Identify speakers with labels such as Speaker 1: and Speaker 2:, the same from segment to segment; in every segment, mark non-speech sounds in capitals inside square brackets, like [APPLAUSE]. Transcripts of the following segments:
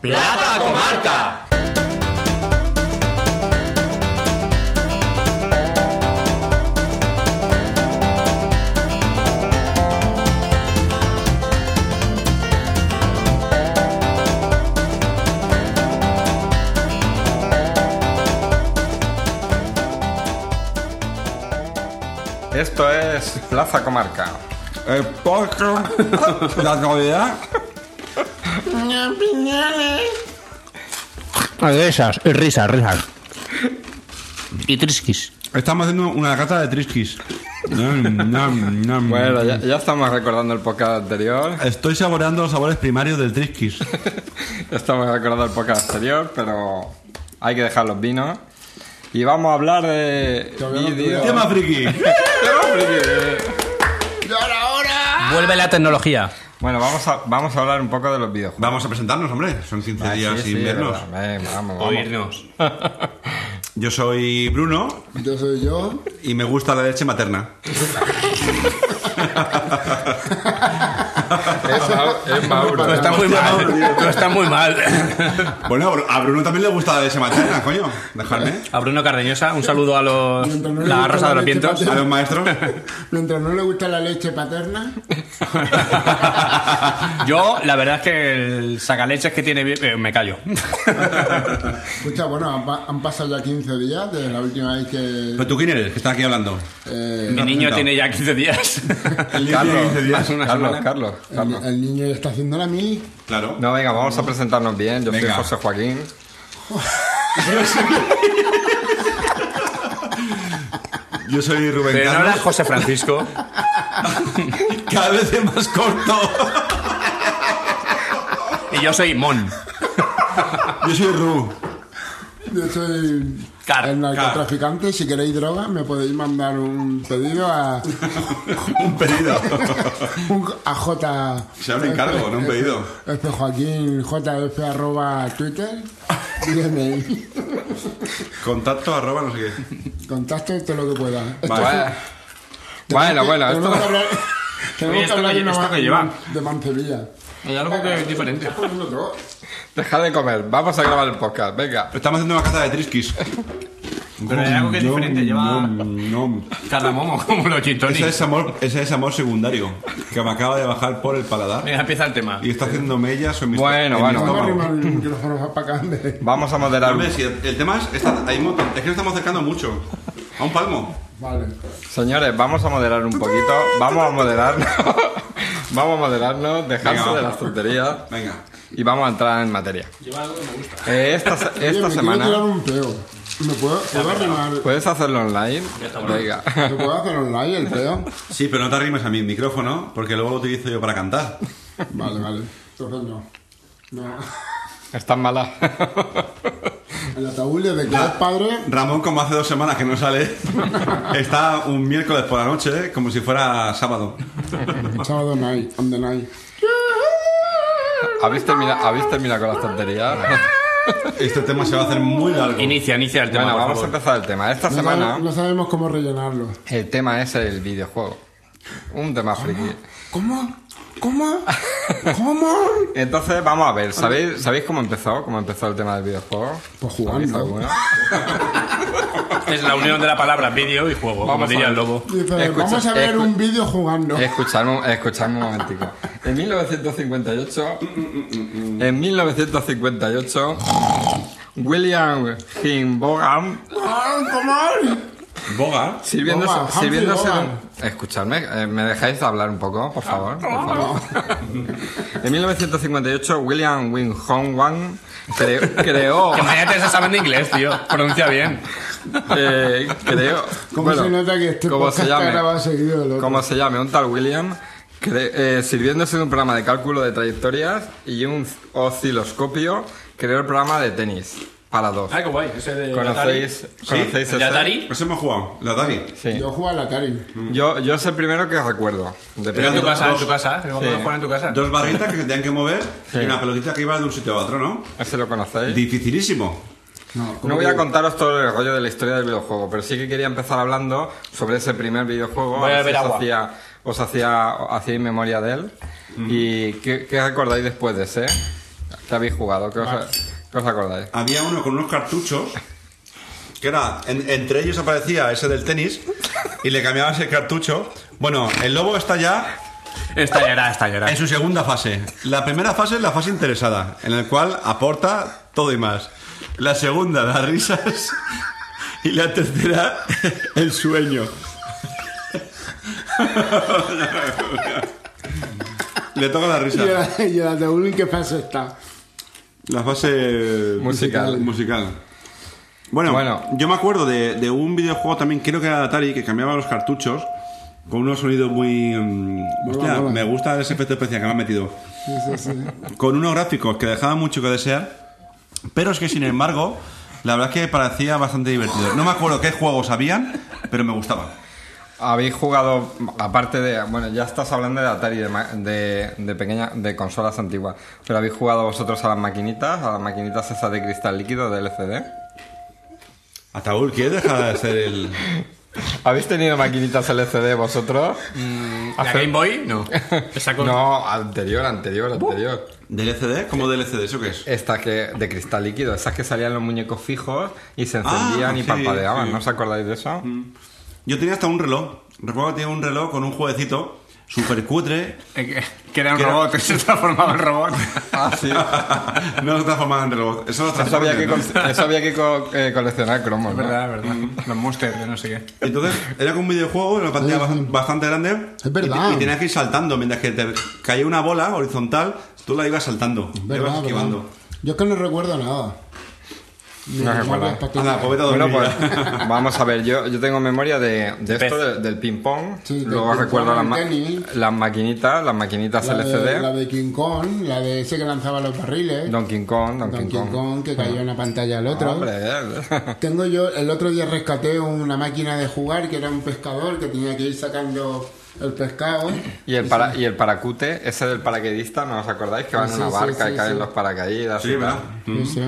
Speaker 1: Plata Comarca.
Speaker 2: Esto es Plaza Comarca.
Speaker 3: El
Speaker 2: [LAUGHS]
Speaker 3: podcast de actualidad.
Speaker 4: Risas, risas, risas. Y trisquis.
Speaker 3: Estamos haciendo una gata de trisquis. Nam, nam, nam.
Speaker 2: Bueno, ya, ya estamos recordando el podcast anterior.
Speaker 3: Estoy saboreando los sabores primarios del trisquis.
Speaker 2: Ya estamos recordando el podcast anterior, pero hay que dejar los vinos. Y vamos a hablar de vídeos.
Speaker 3: Tema
Speaker 2: [LAUGHS]
Speaker 3: friki.
Speaker 2: Tema friki.
Speaker 1: Vuelve la tecnología.
Speaker 2: [LAUGHS] Bueno, vamos a, vamos a hablar un poco de los videojuegos.
Speaker 3: Vamos a presentarnos, hombre. Son 15
Speaker 2: Ah, sí,
Speaker 3: días
Speaker 2: sí,
Speaker 3: sin vernos.
Speaker 2: verdad. Ven, vamos, vamos.
Speaker 1: Oírnos.
Speaker 3: Yo soy Bruno
Speaker 5: Yo soy yo.
Speaker 3: y me gusta la leche materna.
Speaker 2: Es, Mau- es [LAUGHS] Mauro.
Speaker 1: Pero está muy mal. Pero está muy mal.
Speaker 3: Bueno, a Bruno también le gusta la leche materna, coño. Dejarme.
Speaker 1: A Bruno Cardeñosa, un saludo a los
Speaker 5: Mientras no le
Speaker 1: la
Speaker 5: gusta
Speaker 1: raza de
Speaker 5: la
Speaker 1: los
Speaker 3: [LAUGHS]
Speaker 5: leche
Speaker 1: vientos.
Speaker 3: A los maestros.
Speaker 5: Mientras no le gusta la leche paterna,
Speaker 1: Yo, la verdad es que el sacaleches que tiene eh, me callo.
Speaker 5: escucha, bueno, han, pa- han pasado ya 15 días desde la última vez que.
Speaker 3: ¿Pero tú quién eres? Que está aquí hablando.
Speaker 5: eh,
Speaker 1: Mi niño tiene ya 15 días.
Speaker 3: El niño tiene 15
Speaker 2: Carlos, Carlos,
Speaker 3: días.
Speaker 2: Carlos, Carlos,
Speaker 5: el, el niño ya está haciendo la mil.
Speaker 3: Claro.
Speaker 2: No, venga, vamos a presentarnos bien. Yo
Speaker 3: Venga.
Speaker 2: soy José Joaquín.
Speaker 3: Yo soy Rubén
Speaker 1: Pero no
Speaker 3: Carlos.
Speaker 1: era José Francisco.
Speaker 3: Cada vez es más corto.
Speaker 1: Y yo soy Mon.
Speaker 3: Yo
Speaker 2: [LAUGHS]
Speaker 3: soy Ru.
Speaker 5: Yo soy
Speaker 1: Car-
Speaker 5: el narcotraficante. Si queréis droga, me podéis mandar un pedido a,
Speaker 3: Un pedido.
Speaker 5: un- a J.
Speaker 3: Se abre encargo, no un pedido.
Speaker 5: F Joaquín JF arroba Twitter. Dígame,
Speaker 3: Contacto arroba no sé qué.
Speaker 5: contacto todo lo que pueda.
Speaker 2: Bueno, bueno, bueno,
Speaker 5: Tenemos que
Speaker 2: esto...
Speaker 5: hablar, tenemos
Speaker 1: [LAUGHS] Oye,
Speaker 5: que
Speaker 1: esto
Speaker 5: hablar
Speaker 1: que-
Speaker 5: de, una
Speaker 1: esto
Speaker 5: man-
Speaker 1: que lleva.
Speaker 5: de Mancevilla.
Speaker 1: Hay algo que es diferente.
Speaker 2: Deja de comer. Vamos a grabar el podcast. Venga.
Speaker 3: Estamos haciendo una caza de trisquis.
Speaker 1: Pero hay algo que es
Speaker 3: Nom,
Speaker 1: diferente, lleva-
Speaker 3: nom, nom.
Speaker 1: Cardamomo, como los
Speaker 3: Ese
Speaker 1: chintones.
Speaker 3: es, amor, ese es amor secundario que me acaba de bajar por el paladar
Speaker 1: Mira, empieza el tema.
Speaker 3: y está haciendo mellas en mi
Speaker 2: Bueno,
Speaker 3: en mi
Speaker 2: bueno,
Speaker 5: No me
Speaker 3: estómago.
Speaker 5: arrimo el micrófono para acá. hombre.
Speaker 2: Vamos a moderar.
Speaker 3: Hombre, si el, el tema es, está- hay un montón- es que nos estamos acercando mucho. A un palmo.
Speaker 5: Vale.
Speaker 2: Señores, vamos a moderar un poquito. Vamos a moderarnos. [LAUGHS] vamos a moderarnos. Dejarse
Speaker 3: Venga,
Speaker 2: de
Speaker 3: va.
Speaker 2: las tonterías.
Speaker 3: Venga.
Speaker 2: Y vamos a entrar en materia. Eh, esta se-
Speaker 5: Oye,
Speaker 2: esta
Speaker 5: me Quiero tirar
Speaker 2: semana.
Speaker 5: un peo. ¿Me puedo, puedo arrimar?
Speaker 2: ¿Puedes hacerlo online? Venga. [LAUGHS]
Speaker 5: ¿Me puedo hacer online el peo?
Speaker 3: Sí, pero no te arrimes a mi micrófono porque luego lo utilizo yo para cantar.
Speaker 5: Vale, vale. Entonces no. No.
Speaker 2: Estás mala. [LAUGHS]
Speaker 5: El ataúd de que es padre.
Speaker 3: Ramón, como hace dos semanas que no [LAUGHS] sale, está un miércoles por la noche, ¿eh? como si fuera sábado.
Speaker 5: Sábado night, on the night.
Speaker 2: ¿Habéis terminado, ¿habéis terminado con las tonterías?
Speaker 3: Este tema se va a hacer muy largo.
Speaker 1: Inicia, inicia el tema.
Speaker 2: [LAUGHS] bueno,
Speaker 1: por
Speaker 2: vamos a
Speaker 1: favor.
Speaker 2: empezar el tema. Esta
Speaker 5: No, sabe-
Speaker 2: semana
Speaker 5: no sabemos cómo rellenarlo.
Speaker 2: el tema es el videojuego. Un tema friki.
Speaker 5: ¿Cómo? ¿Cómo? ¿Cómo?
Speaker 2: Entonces, vamos a ver, ¿sabéis, ¿sabéis cómo empezó? ¿Cómo empezó el tema del videojuego?
Speaker 5: Pues
Speaker 2: ¿Sabéis
Speaker 5: jugando.
Speaker 2: alguno?
Speaker 1: Es la unión de la palabra vídeo y juego, como
Speaker 2: Vamos a
Speaker 1: diría el
Speaker 2: ver.
Speaker 1: lobo.
Speaker 5: Dice,
Speaker 2: Escucha,
Speaker 5: vamos a ver
Speaker 2: escu- Eh.
Speaker 5: un vídeo jugando.
Speaker 2: Escuchadme, escuchadme un momentico. En 1958, en 1958, William Himbogham,
Speaker 5: ¡Ah, ¿Cómo?
Speaker 3: Boga.
Speaker 2: sirviéndose,
Speaker 5: Bogan, Humphrey
Speaker 2: sirviéndose de un-
Speaker 5: Bogan.
Speaker 2: Escuchadme, eh, ¿me dejáis hablar un poco, por favor? Por favor. En 1958, William Wing Hong Wang cre-
Speaker 5: [LAUGHS]
Speaker 2: creó,
Speaker 1: Que mañana tienes examen de inglés, tío. Pronuncia bien.
Speaker 2: eh, creó,
Speaker 5: ¿Cómo
Speaker 2: bueno,
Speaker 5: se nota que este
Speaker 2: ¿cómo se
Speaker 5: podcast está
Speaker 2: llame?
Speaker 5: grabado seguido del otro?
Speaker 2: como se llame, un tal William, cre- eh, sirviéndose de un programa de cálculo de trayectorias y un osciloscopio, creó el programa de tenis para dos.
Speaker 1: Ah, qué guay. Ese de
Speaker 2: ¿Conocéis, ¿conocéis
Speaker 1: ¿El de
Speaker 2: ese?
Speaker 1: Atari?
Speaker 3: Pues hemos jugado, la Dari.
Speaker 2: Sí.
Speaker 5: Yo juego a la Cari.
Speaker 2: Yo, yo es el primero que recuerdo. De
Speaker 3: Era
Speaker 1: En tu
Speaker 2: pequeño.
Speaker 3: dos-
Speaker 1: casa, en
Speaker 3: dos-
Speaker 1: tu casa. Lo podemos
Speaker 2: sí.
Speaker 1: poner en tu casa.
Speaker 3: Dos barritas que se tenían que mover y una pelotita que iba de un sitio a otro, ¿no?
Speaker 2: Ese lo conocéis.
Speaker 3: Dificilísimo.
Speaker 5: No, ¿cómo
Speaker 2: No voy a
Speaker 5: que-
Speaker 2: contaros todo el rollo de la historia del videojuego, pero sí que quería empezar hablando sobre ese primer videojuego.
Speaker 1: Voy a
Speaker 2: ver si
Speaker 1: beber
Speaker 2: os
Speaker 1: agua.
Speaker 2: hacía, os hacía, hacíais memoria de él. ¿Y qué, qué recordáis después de ese? ¿Qué habéis jugado? ¿Qué os, qué os acordáis?
Speaker 3: Había uno con unos cartuchos que era, en- entre ellos aparecía ese del tenis y le cambiabas el cartucho. Bueno, el lobo está ya
Speaker 1: Estallará, estallará.
Speaker 3: en su segunda fase. La primera fase es la fase interesada, en la cual aporta todo y más. La segunda, las risas. Y la tercera, el sueño. Le toca la
Speaker 5: Y
Speaker 3: risa.
Speaker 5: el, y el ataúd, ¿en qué fase está?
Speaker 3: La fase
Speaker 2: Musical.
Speaker 3: musical. Bueno,
Speaker 2: Bueno.
Speaker 3: yo me acuerdo de, de un videojuego también, creo que era de Atari, que cambiaba los cartuchos con unos sonidos muy... mm, hostia,
Speaker 5: mola.
Speaker 3: me gusta ese efecto especial que me han metido.
Speaker 5: Sí, sí, sí.
Speaker 3: Con unos gráficos que dejaban mucho que desear, pero es que sin embargo, la verdad es que parecía bastante divertido. No me acuerdo qué juegos habían, pero me gustaban.
Speaker 2: ¿Habéis jugado, aparte de, bueno, ya estás hablando de Atari, de, ma- de, de pequeña, de consolas antiguas, pero habéis jugado vosotros a las maquinitas, a las maquinitas esas de cristal líquido, de LCD?
Speaker 3: Ataúl, ¿quieres dejar de hacer el...?
Speaker 2: ¿Habéis tenido maquinitas LCD vosotros?
Speaker 1: Mm, ¿La Game Boy? No. [LAUGHS] Esa cosa-
Speaker 2: No, anterior, anterior, anterior.
Speaker 3: ¿DLC? E ¿Cómo DLC? ¿Eso qué es?
Speaker 2: Estas que, de cristal líquido, esas que salían los muñecos fijos y se
Speaker 1: Ah,
Speaker 2: encendían y
Speaker 3: sí,
Speaker 2: parpadeaban,
Speaker 3: sí.
Speaker 2: ¿no os acordáis de eso?
Speaker 1: Mm.
Speaker 3: Yo tenía hasta un reloj. Recuerdo que tenía un reloj con un jueguecito super cutre
Speaker 1: Eh, Que que era un
Speaker 3: Que era-
Speaker 1: robot, [LAUGHS] que se transformaba en robot.
Speaker 2: [LAUGHS] Ah, sí.
Speaker 3: [LAUGHS] no se transformaban en reloj. Eso los
Speaker 2: Eso había que,
Speaker 3: transforman,
Speaker 2: col- eso había que co- eh, coleccionar cromos, ¿no?
Speaker 1: verdad, verdad. Los monsters, yo no sé qué.
Speaker 3: ¿no? Entonces, era como un videojuego, una pantalla
Speaker 5: Sí, sí.
Speaker 3: bast- bastante grande.
Speaker 5: Es verdad.
Speaker 3: Y, y tenías que ir saltando. Mientras que te caía una bola horizontal, tú la ibas saltando. la ibas
Speaker 5: Verdad,
Speaker 3: esquivando.
Speaker 5: verdad. Yo es que no recuerdo nada. Ni
Speaker 2: No
Speaker 5: las
Speaker 2: recuerdas.
Speaker 5: malas
Speaker 3: A
Speaker 5: patinas.
Speaker 3: Ah, la pobeta
Speaker 2: Bueno,
Speaker 3: dormida.
Speaker 2: pues [LAUGHS] vamos a ver, yo, yo tengo memoria de, de
Speaker 1: pez.
Speaker 2: esto del, del ping-pong,
Speaker 5: Sí, del
Speaker 2: luego
Speaker 5: ping-pong,
Speaker 2: recuerdo las,
Speaker 5: del
Speaker 2: ma-
Speaker 5: tenis.
Speaker 2: las maquinitas, las maquinitas
Speaker 5: la,
Speaker 2: LCD,
Speaker 5: de, la de King Kong, la de ese que lanzaba los barriles.
Speaker 2: Donkey Kong, Donkey,
Speaker 5: Don King
Speaker 2: Kong.
Speaker 5: Kong, que cayó en la pantalla al otro.
Speaker 2: Hombre, eh. [LAUGHS]
Speaker 5: Tengo yo, el otro día rescaté una máquina de jugar que era un pescador que tenía que ir sacando el pescado.
Speaker 2: y el, para, y el paracute, ese del paracaidista, ¿no os acordáis? Que van
Speaker 5: Sí,
Speaker 2: en una
Speaker 5: sí,
Speaker 2: barca
Speaker 5: sí,
Speaker 2: y caen
Speaker 5: sí.
Speaker 2: los paracaídas.
Speaker 3: [LAUGHS] Sí,
Speaker 2: y
Speaker 3: ¿verdad?
Speaker 2: tal.
Speaker 5: No sé.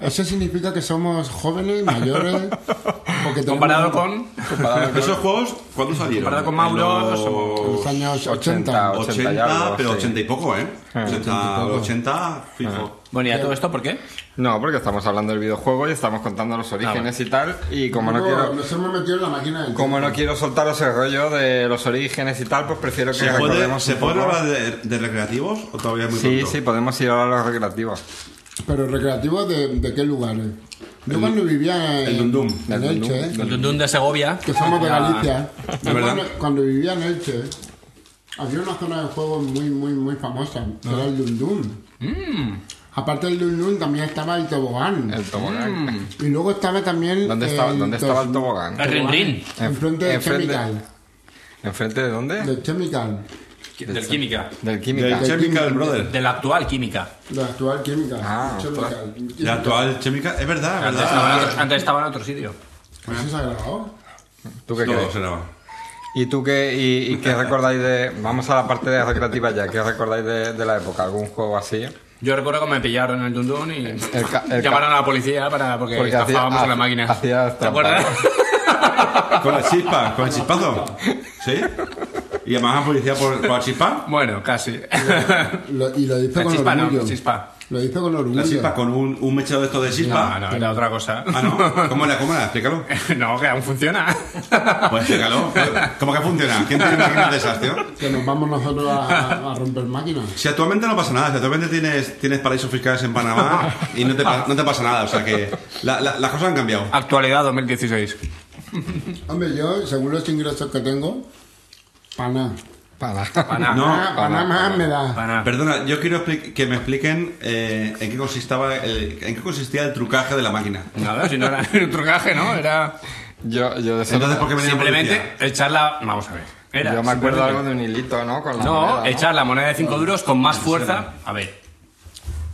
Speaker 5: Eso significa que somos jóvenes, mayores. o que tenemos-
Speaker 1: Comparado con...
Speaker 2: pues
Speaker 3: Esos juegos, ¿cuándo salieron?
Speaker 1: Comparado con Mauro,
Speaker 3: En
Speaker 1: no somos-
Speaker 5: Los años
Speaker 2: 80,
Speaker 5: 80.
Speaker 2: 80 y
Speaker 3: 80,
Speaker 2: algo,
Speaker 3: pero
Speaker 2: sí.
Speaker 3: 80 y poco, ¿eh? 80, 80 fijo.
Speaker 1: Bueno, ¿y a todo esto por qué?
Speaker 2: No, porque estamos hablando del videojuego y estamos contando los orígenes y tal, y como no,
Speaker 5: Luego
Speaker 2: quiero...
Speaker 5: Nos hemos metido en la máquina del
Speaker 2: Como no quiero soltaros el rollo de los orígenes y tal, pues prefiero que
Speaker 3: ¿Se puede,
Speaker 2: recordemos
Speaker 3: ¿se
Speaker 2: un
Speaker 3: puede
Speaker 2: poco.
Speaker 3: hablar de, de recreativos o todavía es muy
Speaker 2: Sí,
Speaker 3: pronto?
Speaker 2: sí, podemos ir ahora a los recreativos.
Speaker 5: tiempo. Pero recreativo de, de qué lugares. Yo cuando vivía en,
Speaker 3: el Dundum.
Speaker 5: en
Speaker 2: El
Speaker 5: Elche, ¿eh?
Speaker 2: Dundum.
Speaker 1: El Ah, Dundun de Segovia.
Speaker 5: que somos de
Speaker 1: Ya.
Speaker 5: Galicia, yo
Speaker 3: verdad.
Speaker 5: cuando, cuando vivía en Elche, había una zona de juego muy, muy, muy famosa, que era el Dundum. Aparte del Dundum también estaba el tobogán.
Speaker 3: Mm.
Speaker 2: El tobogán.
Speaker 5: Y luego estaba también.
Speaker 2: ¿Dónde estaba,
Speaker 5: el
Speaker 2: ¿dónde estaba
Speaker 5: dos-
Speaker 2: el tobogán?
Speaker 1: El Rin Rin.
Speaker 5: Enfrente de
Speaker 2: Enfrente-
Speaker 5: Chemical.
Speaker 2: ¿Enfrente de dónde?
Speaker 5: De Chemical.
Speaker 1: Del Química.
Speaker 2: Del
Speaker 3: Del
Speaker 2: química.
Speaker 3: Chemical Brothers.
Speaker 1: De la actual Química.
Speaker 5: De la actual Chemical.
Speaker 2: Ah,
Speaker 5: Chemical.
Speaker 3: La actual Chemical, es verdad,
Speaker 1: Antes
Speaker 3: verdad.
Speaker 1: estaba en otro- antes estaba en otro sitio.
Speaker 5: ¿Eso se ha grabado?
Speaker 2: ¿Tú qué
Speaker 3: Todo
Speaker 2: crees?
Speaker 3: se graba.
Speaker 2: ¿Y tú qué, y, y qué recordáis de.? Vamos a la parte de recreativa ya. ¿Qué recordáis de, de la época? ¿Algún juego así?
Speaker 1: Yo recuerdo que me pillaron en el Dundun y
Speaker 2: ca- el
Speaker 1: llamaron a la policía para porque,
Speaker 2: Porque hacía-
Speaker 1: estafábamos a la
Speaker 2: ha-
Speaker 1: máquina.
Speaker 2: hacías
Speaker 1: ¿Te acuerdas?
Speaker 2: [LAUGHS]
Speaker 3: Con la chispa, con el chispazo. ¿Sí? Y además a policía por, por la chispa.
Speaker 1: bueno, casi.
Speaker 5: Lo- y lo dice
Speaker 1: La
Speaker 5: con
Speaker 1: chispa no,
Speaker 5: orgullo.
Speaker 1: la chispa.
Speaker 5: Lo dice con orgullo.
Speaker 3: La chispa con un, un mechado de estos de
Speaker 1: Ah,
Speaker 3: chispa.
Speaker 1: no, era otra cosa.
Speaker 3: Ah, no. ¿Cómo era? ¿Cómo era? Explícalo.
Speaker 1: [LAUGHS] no, que aún funciona.
Speaker 3: Pues explícalo. ¿Cómo que funciona? ¿Quién tiene máquinas de esas, tío?
Speaker 5: Que nos vamos nosotros
Speaker 3: [LAUGHS]
Speaker 5: a, a romper máquinas.
Speaker 3: Si actualmente no pasa nada, si actualmente tienes, tienes paraísos fiscales en Panamá y no te, pa- no te pasa nada, o sea que la- la- las cosas han cambiado.
Speaker 1: Actualidad 2016.
Speaker 5: Hombre, yo, según los ingresos que tengo, paná.
Speaker 2: Para.
Speaker 1: Para
Speaker 3: No,
Speaker 5: Paná, paná Ah, más me da.
Speaker 1: Para
Speaker 3: Perdona, yo quiero expli- que me expliquen eh, en, qué consistaba el- en qué consistía el trucaje de la máquina.
Speaker 1: Nada, si no era un trucaje, ¿no? Era
Speaker 2: Yo, yo de eso-
Speaker 3: Entonces, ¿por qué venía la policía?
Speaker 1: simplemente echar la... Vamos a ver. Era
Speaker 2: yo me acuerdo
Speaker 1: simplemente-
Speaker 2: algo de un hilito, ¿no? Con la moneda,
Speaker 1: No,
Speaker 2: ¿no?
Speaker 1: echar la moneda de 5 duros con más fuerza. A ver,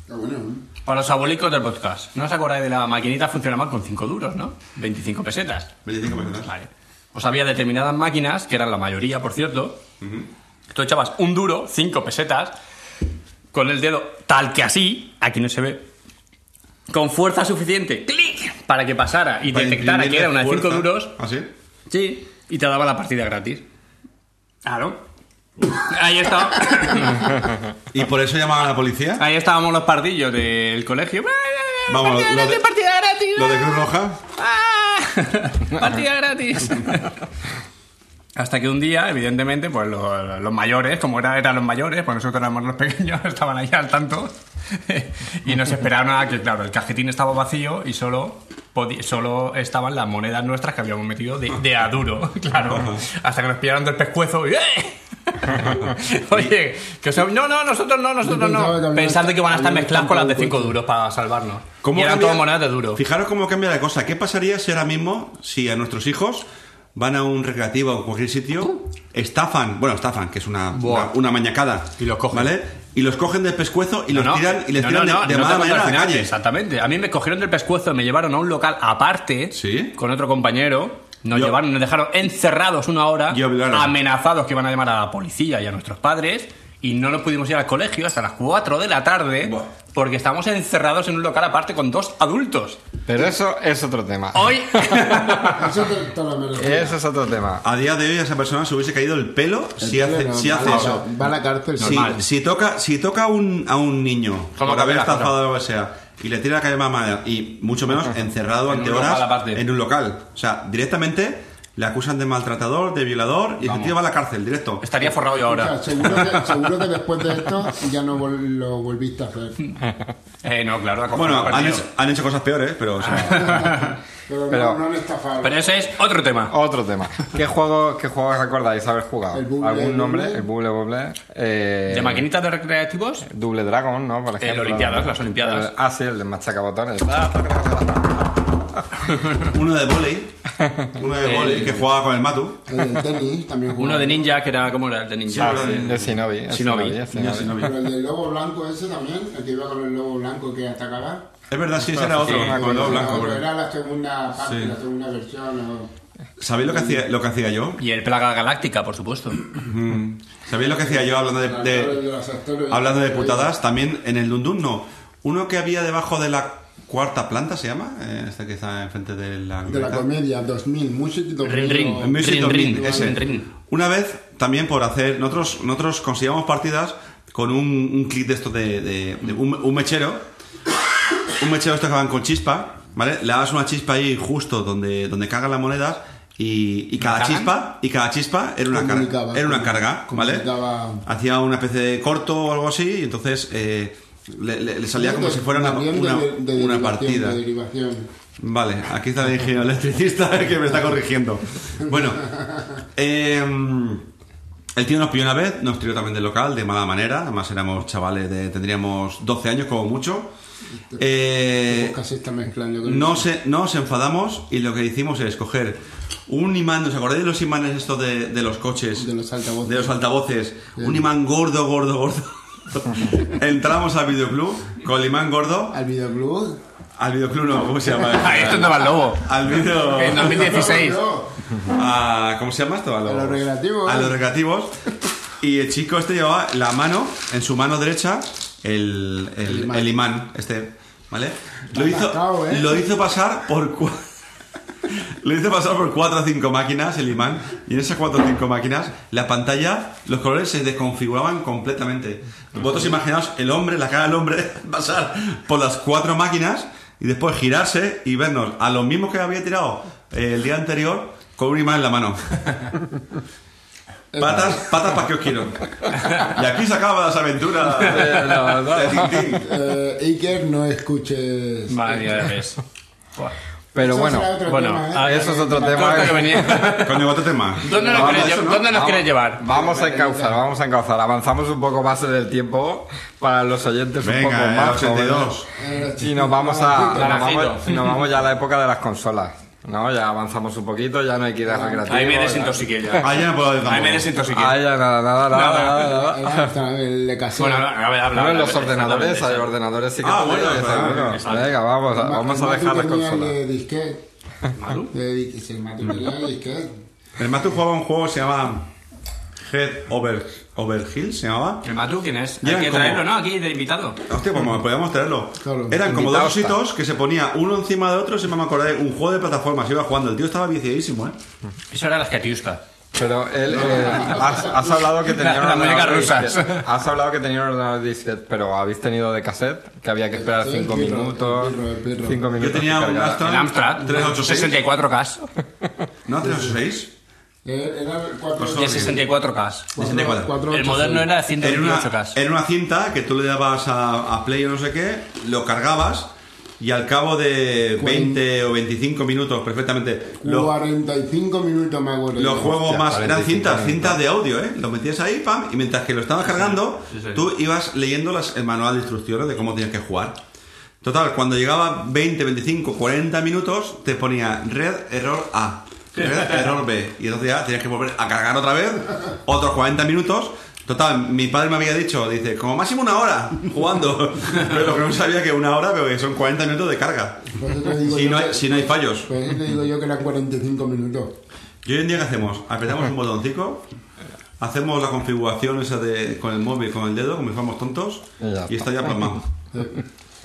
Speaker 5: Qué bueno, ¿eh?
Speaker 1: para los abuelicos del podcast. ¿No os acordáis de la maquinita funcionaba con 5 duros, no? 25 pesetas.
Speaker 3: 25 personas.
Speaker 1: Vale. Pues había determinadas máquinas, que eran la mayoría, por cierto. Tú echabas un duro, cinco pesetas, con el dedo tal que así, aquí no se ve, con fuerza suficiente, clic, para que pasara y
Speaker 3: Para
Speaker 1: detectara que
Speaker 3: imprimirle
Speaker 1: era una de cinco
Speaker 3: fuerza.
Speaker 1: duros.
Speaker 3: ¿Ah, sí?
Speaker 1: Sí, y te daba la partida gratis. Claro. Ahí, está,
Speaker 3: ¿Y por eso llamaban a la policía?
Speaker 1: ahí estábamos los pardillos del colegio.
Speaker 3: Vamos,
Speaker 1: partida
Speaker 3: lo de-
Speaker 1: gratis, partida gratis.
Speaker 3: ¿Lo de Cruz Roja?
Speaker 1: [LAUGHS] ¡Ah! Partida gratis. [LAUGHS] Hasta que un día, evidentemente, pues los, los mayores, como era, eran los mayores, pues nosotros éramos los pequeños, [LAUGHS] estaban ahí al tanto. [LAUGHS] y nos esperaron a que, claro, el cajetín estaba vacío y solo, podi- solo estaban las monedas nuestras que habíamos metido de, de a duro, [LAUGHS] claro. Hasta que nos pillaron del pescuezo y ¡eh! [LAUGHS] Oye, que os- no, no, nosotros no, nosotros
Speaker 5: Pensaba que
Speaker 1: no.
Speaker 5: había-
Speaker 1: Pensando que van a estar
Speaker 5: había
Speaker 1: mezcladas con las de
Speaker 5: tampoco
Speaker 1: 5 duros para salvarnos.
Speaker 3: ¿Cómo
Speaker 1: y eran
Speaker 3: cambia-
Speaker 1: todas monedas de duro.
Speaker 3: Fijaros cómo cambia la cosa. ¿Qué pasaría si ahora mismo, si a nuestros hijos van a un recreativo o cualquier sitio, estafan, bueno, estafan, que es una,
Speaker 1: Buah.
Speaker 3: una, una mañacada,
Speaker 1: Y los cogen.
Speaker 3: ¿vale? Y los cogen del pescuezo y los tiran, y les
Speaker 1: no,
Speaker 3: tiran
Speaker 1: no,
Speaker 3: de-
Speaker 1: no,
Speaker 3: de,
Speaker 1: no te
Speaker 3: mala
Speaker 1: cuento
Speaker 3: manera
Speaker 1: al
Speaker 3: a la
Speaker 1: final,
Speaker 3: calle.
Speaker 1: Exactamente. A mí me cogieron del pescuezo, me llevaron a un local aparte
Speaker 3: Sí.
Speaker 1: con otro compañero. Nos
Speaker 3: Yo-
Speaker 1: llevaron, nos dejaron encerrados una hora,
Speaker 3: Yo, claro.
Speaker 1: amenazados que iban a llamar a la policía y a nuestros padres, y no nos pudimos ir al colegio hasta las 4 de la tarde,
Speaker 3: Buah.
Speaker 1: porque estábamos encerrados en un local aparte con dos adultos.
Speaker 2: Pero eso es otro tema.
Speaker 1: Hoy
Speaker 3: [LAUGHS]
Speaker 5: Eso te, te lo mereces.
Speaker 2: Eso es otro tema.
Speaker 3: A día de hoy a esa persona se hubiese caído el pelo si hace, si hace eso.
Speaker 5: Va a la cárcel.
Speaker 3: Si,
Speaker 1: Normal.
Speaker 3: si toca, si toca a un, a un niño
Speaker 1: Como
Speaker 3: por haber
Speaker 1: Capela,
Speaker 3: estafado o lo que sea y le tira la calle mamada y mucho menos encerrado
Speaker 1: En
Speaker 3: ante
Speaker 1: un
Speaker 3: horas
Speaker 1: local aparte.
Speaker 3: en un local. O sea, directamente le acusan de maltratador, de violador y el tío va a la cárcel, directo.
Speaker 1: estaría forrado yo
Speaker 5: O
Speaker 1: ahora.
Speaker 5: sea, seguro, que, seguro que después de esto ya no vol- lo volviste a hacer.
Speaker 1: Eh, no, claro, acogido,
Speaker 3: Bueno, han
Speaker 1: perdido.
Speaker 3: hecho, han hecho cosas peores, pero
Speaker 1: [LAUGHS]
Speaker 3: o sea,
Speaker 5: Pero,
Speaker 2: Pero-
Speaker 5: no, no han estafado.
Speaker 1: Pero ese es otro tema.
Speaker 2: Otro tema. ¿Qué juego, qué juegos recordáis haber jugado?
Speaker 5: El Bubble
Speaker 2: ¿Algún nombre?
Speaker 5: Bubble.
Speaker 2: El Bubble Bubble. Eh,
Speaker 1: ¿De maquinitas de recreativos?
Speaker 2: Double Dragon, ¿no? Por ejemplo.
Speaker 1: Olimpiadas, las Olimpiadas.
Speaker 2: El- ah, sí, el de machacabotones.
Speaker 3: uno de volei, uno
Speaker 1: Eh,
Speaker 3: de volei que jugaba con el Matu.
Speaker 5: El del tenis
Speaker 3: [LAUGHS]
Speaker 5: también jugó.
Speaker 1: Uno de ninja, que era, ¿cómo era el de ninja?
Speaker 2: Ah, sí, de Shinobi. el
Speaker 1: Shinobi.
Speaker 2: el
Speaker 3: Ya se no vi.
Speaker 5: Pero el del lobo blanco ese también, el que iba con el lobo blanco que atacaba.
Speaker 3: Es verdad, sí, ese era otro,
Speaker 1: Sí,
Speaker 3: con el dedo blanco.
Speaker 5: Pero
Speaker 3: porque-
Speaker 5: Era la segunda parte,
Speaker 3: Sí.
Speaker 5: la segunda versión. o-
Speaker 3: ¿Sabéis lo que hacía, lo que hacía yo?
Speaker 1: Y el Plaga Galáctica, por supuesto.
Speaker 3: ¿Sabéis lo que hacía yo hablando de,
Speaker 5: El
Speaker 3: de-
Speaker 5: los actores.
Speaker 3: hablando de putadas? También en el Dundun, no. Uno que había debajo de la cuarta planta, ¿se llama? Eh, Este que está enfrente de la...
Speaker 5: De la comedia 2000, Music 2000.
Speaker 1: Rin, rin.
Speaker 5: o-
Speaker 3: En Music
Speaker 1: Rin,
Speaker 3: 2000,
Speaker 1: rin,
Speaker 3: ese.
Speaker 1: rin, rin.
Speaker 3: Una vez, también por hacer... Nosotros, nosotros conseguíamos partidas con un, un clic de esto de... de- de un, un mechero. Un mechero estos que van con chispa, ¿vale? Le das una chispa ahí justo donde, donde cargan las monedas y, y cada
Speaker 1: cagan?
Speaker 3: chispa y cada chispa era una carga
Speaker 5: Comunicaba,
Speaker 3: era una carga vale
Speaker 5: comunicaba.
Speaker 3: hacía una especie de corto o algo así y entonces eh, le, le- le salía como
Speaker 5: de-
Speaker 3: si fuera una,
Speaker 5: también
Speaker 3: una-
Speaker 5: de- de
Speaker 3: una
Speaker 5: derivación,
Speaker 3: partida
Speaker 5: de derivación.
Speaker 3: Vale, aquí está el ingeniero electricista [LAUGHS] que me está corrigiendo. Bueno, em, el tío nos pilló una vez, nos tiró también del local de mala manera, además éramos chavales de, tendríamos 12 años como mucho. Eh,
Speaker 5: Casi está mezclando con
Speaker 3: no, se, no nos enfadamos y lo que hicimos es coger un imán, ¿os acordáis de los imanes estos de, de los coches?
Speaker 5: De los altavoces.
Speaker 3: De los altavoces. Un imán gordo, gordo,
Speaker 5: [LAUGHS]
Speaker 3: gordo. Entramos al videoclub con el imán gordo.
Speaker 5: al videoclub.
Speaker 3: Al videoclub no, ¿cómo se llama?
Speaker 1: Ahí Ah, es donde va el lobo.
Speaker 3: Al video...
Speaker 1: En 2016.
Speaker 5: No,
Speaker 3: a- ¿Cómo se llama esto? A los,
Speaker 5: A los recreativos.
Speaker 3: A los recreativos. Y el chico este llevaba la mano, en su mano derecha, el, el- el imán. este, ¿vale? Lo hizo,
Speaker 5: marcado, ¿eh?
Speaker 3: lo hizo pasar por cua- [LAUGHS] Lo hizo pasar por cuatro o cinco máquinas el imán y en esas cuatro o cinco máquinas la pantalla, los colores se desconfiguraban completamente. Vosotros imaginaos el hombre, la cara del hombre [LAUGHS] pasar por las cuatro máquinas y después girarse y vernos a lo mismo que había tirado eh, el día anterior con un imán en la mano. Patas, patas para que os quiero. Y aquí se acaban las aventuras de,
Speaker 1: Eh,
Speaker 3: de Tintín.
Speaker 5: eh, Iker, no escuches.
Speaker 1: Madre mía, ya ves. Buah.
Speaker 2: [LAUGHS] Pero bueno, ah,
Speaker 1: bueno, a ver,
Speaker 2: eso es otro tema.
Speaker 1: Corta que venía.
Speaker 3: Coño, otro tema.
Speaker 1: ¿Dónde nos
Speaker 2: Vamos,
Speaker 1: quieres
Speaker 3: eso
Speaker 1: lle-
Speaker 3: no.
Speaker 1: dónde nos quieres llevar?
Speaker 2: Vamos a encauzar, vamos a encauzar. Avanzamos un poco más en el tiempo para los oyentes un poco
Speaker 3: Venga, eh,
Speaker 2: más.
Speaker 3: 82.
Speaker 2: jóvenes. Y nos vamos a. Nos
Speaker 1: Naranjito.
Speaker 2: vamos, nos vamos ya a la época de las consolas. ¿no? Ya avanzamos un poquito, ya no hay que ir a recreativo.
Speaker 1: Ahí me
Speaker 2: ya-
Speaker 1: desintoxiqué ya.
Speaker 3: Ah, ya no puedo decir
Speaker 1: Ahí me
Speaker 3: tampoco.
Speaker 1: desintoxiqué.
Speaker 2: Ah, ya nada, nada, nada, nada. nada.
Speaker 5: Le casé.
Speaker 1: Bueno, a ver, habla.
Speaker 2: No, en
Speaker 1: habla,
Speaker 2: los
Speaker 1: habla,
Speaker 2: ordenadores,
Speaker 1: exactamente,
Speaker 2: hay ordenadores sí que
Speaker 3: Ah,
Speaker 2: te
Speaker 3: bueno,
Speaker 2: doy,
Speaker 3: claro,
Speaker 2: seguro. Venga, vamos, a- vamos a dejar las consolas.
Speaker 5: De disquete.
Speaker 1: ¿Madu?
Speaker 5: De disquete. Se mató tenía de disquete.
Speaker 3: El Matu jugaba un juego que se llamaba Head Over, Over Hill, se llamaba.
Speaker 1: ¿El Matu quién es? Hay
Speaker 3: Ya,
Speaker 1: que
Speaker 3: ¿cómo?
Speaker 1: traerlo, ¿no? Aquí de invitado.
Speaker 3: Hostia, pues podíamos traerlo.
Speaker 5: Claro.
Speaker 3: Eran como dos
Speaker 2: Invitados,
Speaker 3: ositos que se ponía uno encima de otro, si me acordé, un juego de plataformas, iba jugando. El tío estaba viciadísimo, ¿eh?
Speaker 1: Eso era las que te gusta.
Speaker 2: Pero él, eh, has, has hablado que [LAUGHS] tenía
Speaker 6: La- las muñecas
Speaker 2: disquet. Has hablado que tenía un ordenador disquet, pero habéis tenido de cassette, que había que esperar
Speaker 5: El
Speaker 2: 5
Speaker 5: pirro,
Speaker 2: minutos.
Speaker 5: el pirro, el pirro.
Speaker 2: 5 minutos.
Speaker 3: Yo tenía
Speaker 2: que
Speaker 3: un
Speaker 2: cargara.
Speaker 3: Amstrad,
Speaker 1: El Amstrad,
Speaker 3: 386.
Speaker 1: 64K.
Speaker 3: No, 386.
Speaker 5: Eh, Era el 4
Speaker 1: El 64K. El moderno era
Speaker 3: Era una,
Speaker 1: 128K.
Speaker 3: era una cinta que tú le dabas a, a play o no sé qué, lo cargabas y al cabo de 20 o 25 minutos perfectamente lo-
Speaker 5: 45 minutos me acuerdo.
Speaker 3: los
Speaker 5: yo.
Speaker 3: juegos
Speaker 2: Hostia,
Speaker 3: más eran
Speaker 2: 45
Speaker 3: cintas,
Speaker 2: minutos.
Speaker 3: cintas de audio, ¿eh? Lo metías ahí, pam, y mientras que lo estabas cargando, tú ibas leyendo las, el manual de instrucciones de cómo tenías que jugar. Total, cuando llegaba 20, 25, 40 minutos, te ponía red error A, red
Speaker 2: [LAUGHS]
Speaker 3: error B, y entonces ya tenías que volver a cargar otra vez, otros 40 minutos. Total, mi padre me había dicho, dice, como máximo una hora jugando, [LAUGHS] pero lo que no sabía que una hora, pero que son 40 minutos de carga.
Speaker 5: Por eso te digo
Speaker 3: Si
Speaker 5: yo
Speaker 3: no, hay,
Speaker 5: que-
Speaker 3: si no hay fallos.
Speaker 5: por eso te digo yo que eran 45 minutos.
Speaker 3: ¿Y hoy en día qué hacemos? Apretamos
Speaker 2: [LAUGHS]
Speaker 3: un botoncito, hacemos la configuración esa de, con el móvil, con el dedo, como si fuéramos tontos,
Speaker 2: Y ya
Speaker 3: y está
Speaker 2: [LAUGHS]
Speaker 3: ya plasmado.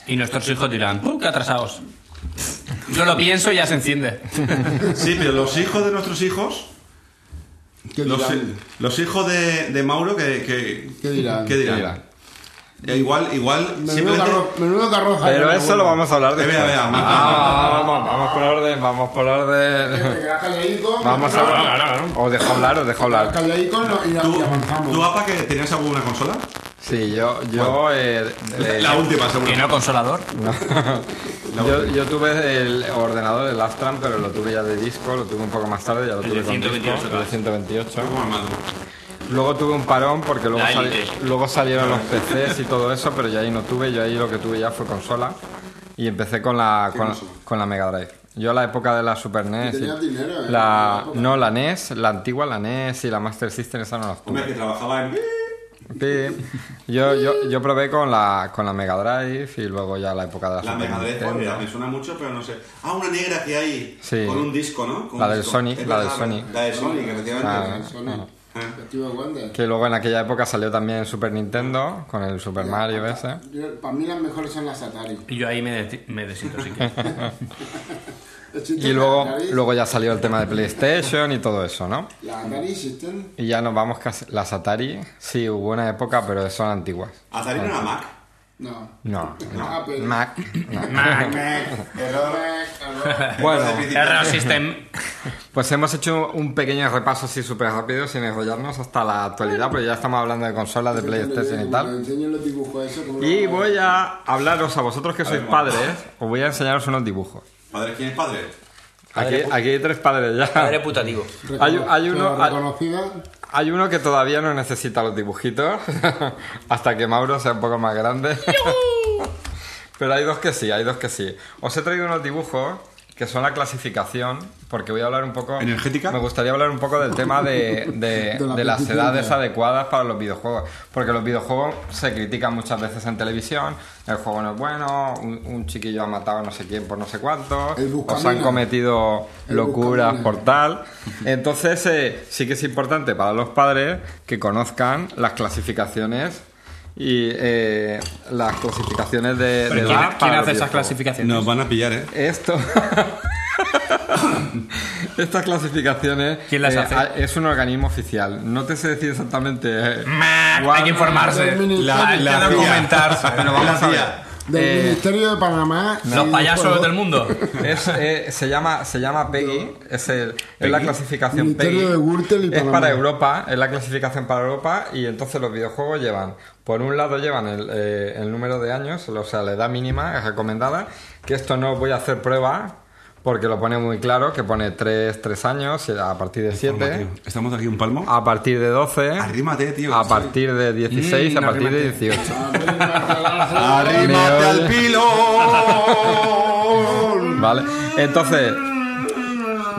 Speaker 1: Y nuestros hijos dirán, ¡uh, qué atrasados! Yo lo pienso y ya se enciende.
Speaker 3: Sí, pero los hijos de nuestros hijos,
Speaker 5: ¿Qué
Speaker 3: los,
Speaker 5: dirán?
Speaker 3: los hijos de, de Mauro, que, que-
Speaker 5: ¿Qué dirán?
Speaker 3: ¿qué dirán?
Speaker 2: ¿Qué dirán?
Speaker 3: Eh, igual, igual,
Speaker 5: Menudo,
Speaker 3: simplemente...
Speaker 5: carro- menudo carroza.
Speaker 2: Pero
Speaker 5: era,
Speaker 2: eso
Speaker 5: bueno.
Speaker 2: lo vamos a hablar
Speaker 3: Eh,
Speaker 2: de. Ah,
Speaker 3: vea, vea, ma-
Speaker 2: vamos, vamos por orden, vamos por orden.
Speaker 5: Regájale ahí
Speaker 2: [LAUGHS]
Speaker 5: con-
Speaker 2: Vamos a hablar. Os dejo hablar, os dejo hablar.
Speaker 5: regájale ahí con lo- y, la- y
Speaker 3: ¿Tú,
Speaker 5: avanzamos.
Speaker 3: ¿Tú, Apa, que tenías alguna consola?
Speaker 2: Sí, yo, yo, eh,
Speaker 1: [LAUGHS]
Speaker 2: eh,
Speaker 3: La última, seguro.
Speaker 1: Y no consolador.
Speaker 2: yo, yo tuve el ordenador, el Astran, pero lo tuve ya de disco, lo tuve un poco más tarde, ya lo tuve
Speaker 1: de
Speaker 2: con disco,
Speaker 1: 128K.
Speaker 2: el de 128.
Speaker 3: ¿Cómo me mando?
Speaker 2: Luego tuve un parón porque luego,
Speaker 1: La
Speaker 2: sali-
Speaker 1: Elite.
Speaker 2: luego salieron los PCs y todo eso, pero yo ahí no tuve, yo ahí lo que tuve ya fue consola y empecé con la, con, con la Mega Drive. Yo a la época de la Super NES... y-
Speaker 5: tenías dinero, ¿eh?
Speaker 2: la,
Speaker 5: En la época.
Speaker 2: no, la NES, la antigua, la NES y la Master System, esa no las
Speaker 3: [LAUGHS]
Speaker 2: tuve.
Speaker 3: Hombre, que trabajaba en...
Speaker 2: Sí. Yo, yo, yo probé con la, con la Mega Drive y luego ya la época de la,
Speaker 3: La
Speaker 2: Super E
Speaker 3: Mega Drive, pues,
Speaker 2: Nintendo.
Speaker 3: mira, me suena mucho, pero no sé. Ah, una negra que hay
Speaker 2: Sí.
Speaker 3: con un disco, ¿no? Con
Speaker 2: La
Speaker 3: un
Speaker 2: del
Speaker 3: disco.
Speaker 2: Sonic,
Speaker 3: Es
Speaker 2: la del
Speaker 3: verdad,
Speaker 2: Sonic.
Speaker 3: La del Sonic, efectivamente.
Speaker 2: Ah,
Speaker 5: Sony.
Speaker 3: Ah.
Speaker 5: Steve Wonder.
Speaker 2: Que luego en aquella época salió también Super Nintendo con el Super Mario ese.
Speaker 5: Yo- Para mí las mejores son las Atari.
Speaker 1: Y yo ahí me, de- me desintoxiqué. [LAUGHS]
Speaker 2: Y luego, luego ya salió el tema de PlayStation y todo eso, ¿no?
Speaker 5: Las Atari existen.
Speaker 2: Y ya nos vamos casi. Las Atari, sí, hubo una época, pero son antiguas.
Speaker 3: Atari no era Mac.
Speaker 5: No.
Speaker 2: No, no.
Speaker 5: Apple.
Speaker 2: Mac.
Speaker 1: [LAUGHS]
Speaker 2: no.
Speaker 5: Error.
Speaker 2: Bueno,
Speaker 1: Error System.
Speaker 2: pues hemos hecho un pequeño repaso así súper rápido, sin enrollarnos hasta la actualidad, pero ya estamos hablando de consolas, de PlayStation y
Speaker 5: Te
Speaker 2: tal.
Speaker 5: enseño los dibujos esos, como
Speaker 2: Y
Speaker 5: lo-
Speaker 2: voy a hablaros a vosotros que sois padres, os voy a enseñaros unos dibujos.
Speaker 3: ¿Padre quién es padre?
Speaker 2: Aquí, aquí hay tres padres
Speaker 1: Padre
Speaker 2: ya.
Speaker 1: putativo.
Speaker 5: Recono-
Speaker 2: Hay, hay
Speaker 5: pero
Speaker 2: uno, hay-
Speaker 5: reconocida.
Speaker 2: Hay uno que todavía no necesita los dibujitos, [LAUGHS] hasta que Mauro sea un poco más grande. [LAUGHS] Pero hay dos que sí, hay dos que sí. Os he traído unos dibujos que son la clasificación, porque voy a hablar un poco...
Speaker 3: ¿Energética?
Speaker 2: Me gustaría hablar un poco del tema de, de-
Speaker 5: [LAUGHS] De la
Speaker 2: de las
Speaker 5: petición,
Speaker 2: edades
Speaker 5: ya.
Speaker 2: adecuadas para los videojuegos, porque los videojuegos se critican muchas veces en televisión, el juego no es bueno, un, un chiquillo ha matado a no sé quién por no sé cuánto,
Speaker 5: El
Speaker 2: os han
Speaker 5: Buscaminas.
Speaker 2: cometido
Speaker 5: El
Speaker 2: locuras
Speaker 5: Buscaminas.
Speaker 2: por tal. [LAUGHS] Entonces, eh, sí que es importante para los padres que conozcan las clasificaciones y eh, las clasificaciones de, de
Speaker 1: ¿Quién,
Speaker 2: edad
Speaker 1: quién
Speaker 2: para los
Speaker 1: hace esas
Speaker 2: videojuegos.
Speaker 1: clasificaciones?
Speaker 3: Nos van a pillar, ¿eh?
Speaker 2: Esto. [LAUGHS] Estas clasificaciones
Speaker 1: ¿Quién las hace?
Speaker 2: a- es un organismo oficial. No te sé decir exactamente. eh,
Speaker 1: Mm. Meh, Hay que informarse.
Speaker 5: La-
Speaker 1: Hay que
Speaker 3: la-
Speaker 1: documentarse.
Speaker 2: pero vamos a ver.
Speaker 5: Del
Speaker 2: Eh,
Speaker 5: Ministerio de Panamá.
Speaker 1: Los
Speaker 5: sí,
Speaker 1: payasos
Speaker 5: por-
Speaker 1: del mundo.
Speaker 2: Es, eh, se llama se llama PEGI, es, el, es la clasificación
Speaker 5: Ministerio
Speaker 2: PEGI.
Speaker 5: de Gürtel y
Speaker 2: es
Speaker 5: Panamá.
Speaker 2: para Europa, es la clasificación para Europa y entonces los videojuegos llevan, por un lado llevan el, eh, el número de años, o sea, la edad mínima recomendada, que esto no voy a hacer prueba porque lo pone muy claro, que pone 3, 3 años a partir de 7,
Speaker 3: Estamos aquí un palmo.
Speaker 2: a partir de 12,
Speaker 3: Arrímate, tío.
Speaker 2: a partir de 16,
Speaker 5: Mm,
Speaker 2: a partir de
Speaker 5: [LAUGHS]
Speaker 2: 18.
Speaker 3: Arrímate al
Speaker 2: [LAUGHS]
Speaker 3: pilón.
Speaker 2: Vale, entonces...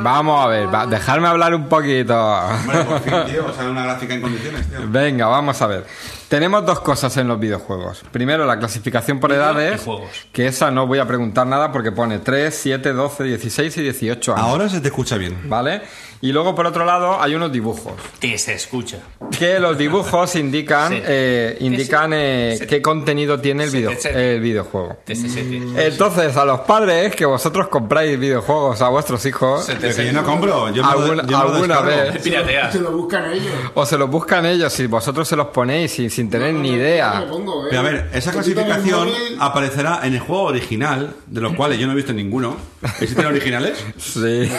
Speaker 2: Vamos a ver, va, dejarme hablar un poquito.
Speaker 3: Hombre, por fin, tío. Sale una gráfica en condiciones, tío.
Speaker 2: Venga, vamos a ver. Tenemos dos cosas en los videojuegos. Primero, la clasificación por edades,
Speaker 1: juegos.
Speaker 2: que esa no voy a preguntar nada porque pone 3, 7, 12, 16 y 18 años.
Speaker 3: Ahora se te escucha bien.
Speaker 2: ¿Vale? Y luego, por otro lado, hay unos dibujos.
Speaker 1: Que se escucha.
Speaker 2: Que los dibujos indican,
Speaker 1: Sí.
Speaker 2: eh, indican eh, qué contenido tiene el, video-
Speaker 1: sí.
Speaker 2: el videojuego.
Speaker 5: Mm.
Speaker 1: Te se- se- te-
Speaker 2: Entonces, a los padres que vosotros compráis videojuegos a vuestros hijos,
Speaker 3: Pero que yo no compro. Yo me lo-
Speaker 2: Alguna-
Speaker 3: yo me lo
Speaker 2: alguna
Speaker 3: descargo.
Speaker 2: vez.
Speaker 1: Piratea.
Speaker 5: Se lo buscan ellos.
Speaker 2: O se los buscan ellos si vosotros se los ponéis sin, sin tener ni idea.
Speaker 3: Pero a
Speaker 5: ¿eh?
Speaker 3: ver, esa clasificación aparecerá en el juego original, de los cuales yo no he visto ninguno. ¿Existen originales?
Speaker 2: Sí.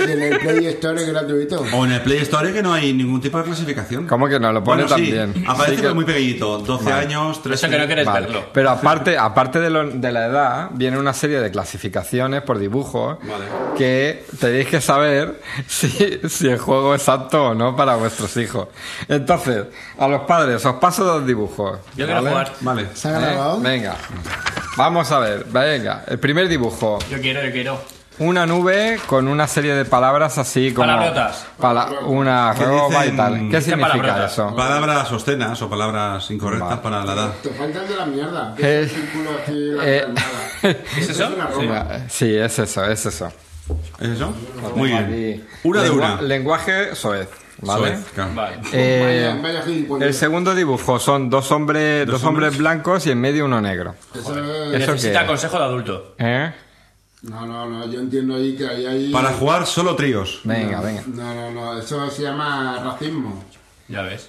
Speaker 5: En el Play Store es
Speaker 2: [LAUGHS]
Speaker 5: gratuito.
Speaker 3: O en el Play Store que no hay ningún tipo de clasificación.
Speaker 2: ¿Cómo que no? Lo pone
Speaker 3: Bueno, sí,
Speaker 2: también.
Speaker 3: Aparece
Speaker 2: Sí que-
Speaker 3: pero muy pequeñito, 12 años, 13
Speaker 1: Eso que Este no quieres
Speaker 2: Vale.
Speaker 1: verlo.
Speaker 2: Pero aparte, aparte de, lo- de la edad, viene una serie de clasificaciones por dibujos
Speaker 3: Vale.
Speaker 2: que tenéis que saber [LAUGHS] si, si el juego es apto o no para vuestros hijos. Entonces, a los padres, os paso dos dibujos.
Speaker 1: Yo quiero
Speaker 2: ¿vale?
Speaker 1: jugar.
Speaker 3: Vale.
Speaker 5: ¿Se ha
Speaker 2: ¿Eh?
Speaker 5: grabado?
Speaker 2: Venga. Vamos a ver, venga. El primer dibujo.
Speaker 1: Yo quiero, yo quiero.
Speaker 2: Una nube con una serie de palabras así como...
Speaker 1: Palabrotas.
Speaker 2: Pala- una
Speaker 3: ¿Qué
Speaker 2: ropa y
Speaker 3: dicen?
Speaker 2: tal. ¿Qué
Speaker 3: Dicen
Speaker 2: significa
Speaker 1: palabrotas.
Speaker 2: eso?
Speaker 3: Palabras obscenas o palabras incorrectas
Speaker 2: Vale.
Speaker 3: para la edad.
Speaker 5: Te falta el de la mierda. que
Speaker 2: Eh,
Speaker 5: Es un círculo así, la
Speaker 2: eh,
Speaker 5: palmada.
Speaker 1: ¿Es eso?
Speaker 5: una
Speaker 1: Sí.
Speaker 5: ropa.
Speaker 2: [LAUGHS] Sí, es eso, es eso.
Speaker 3: ¿Es eso? Muy bien.
Speaker 2: Aquí.
Speaker 3: Una de
Speaker 2: Lengua-
Speaker 3: una.
Speaker 2: Lenguaje soez, ¿vale?
Speaker 3: Soez, claro.
Speaker 1: Vale.
Speaker 2: Eh,
Speaker 5: Vaya- vaya gilipollas.
Speaker 2: el segundo dibujo son dos hombres, dos, hombres?
Speaker 3: hombres.
Speaker 2: blancos y en medio uno negro.
Speaker 5: Eso es-
Speaker 2: ¿Eso
Speaker 1: Necesita
Speaker 2: qué?
Speaker 1: consejo de adulto.
Speaker 2: ¿Eh?
Speaker 5: No, no, no, yo entiendo ahí que ahí hay...
Speaker 3: Para jugar solo tríos.
Speaker 2: Venga, venga.
Speaker 5: No, no, no, eso se llama racismo.
Speaker 1: Ya ves.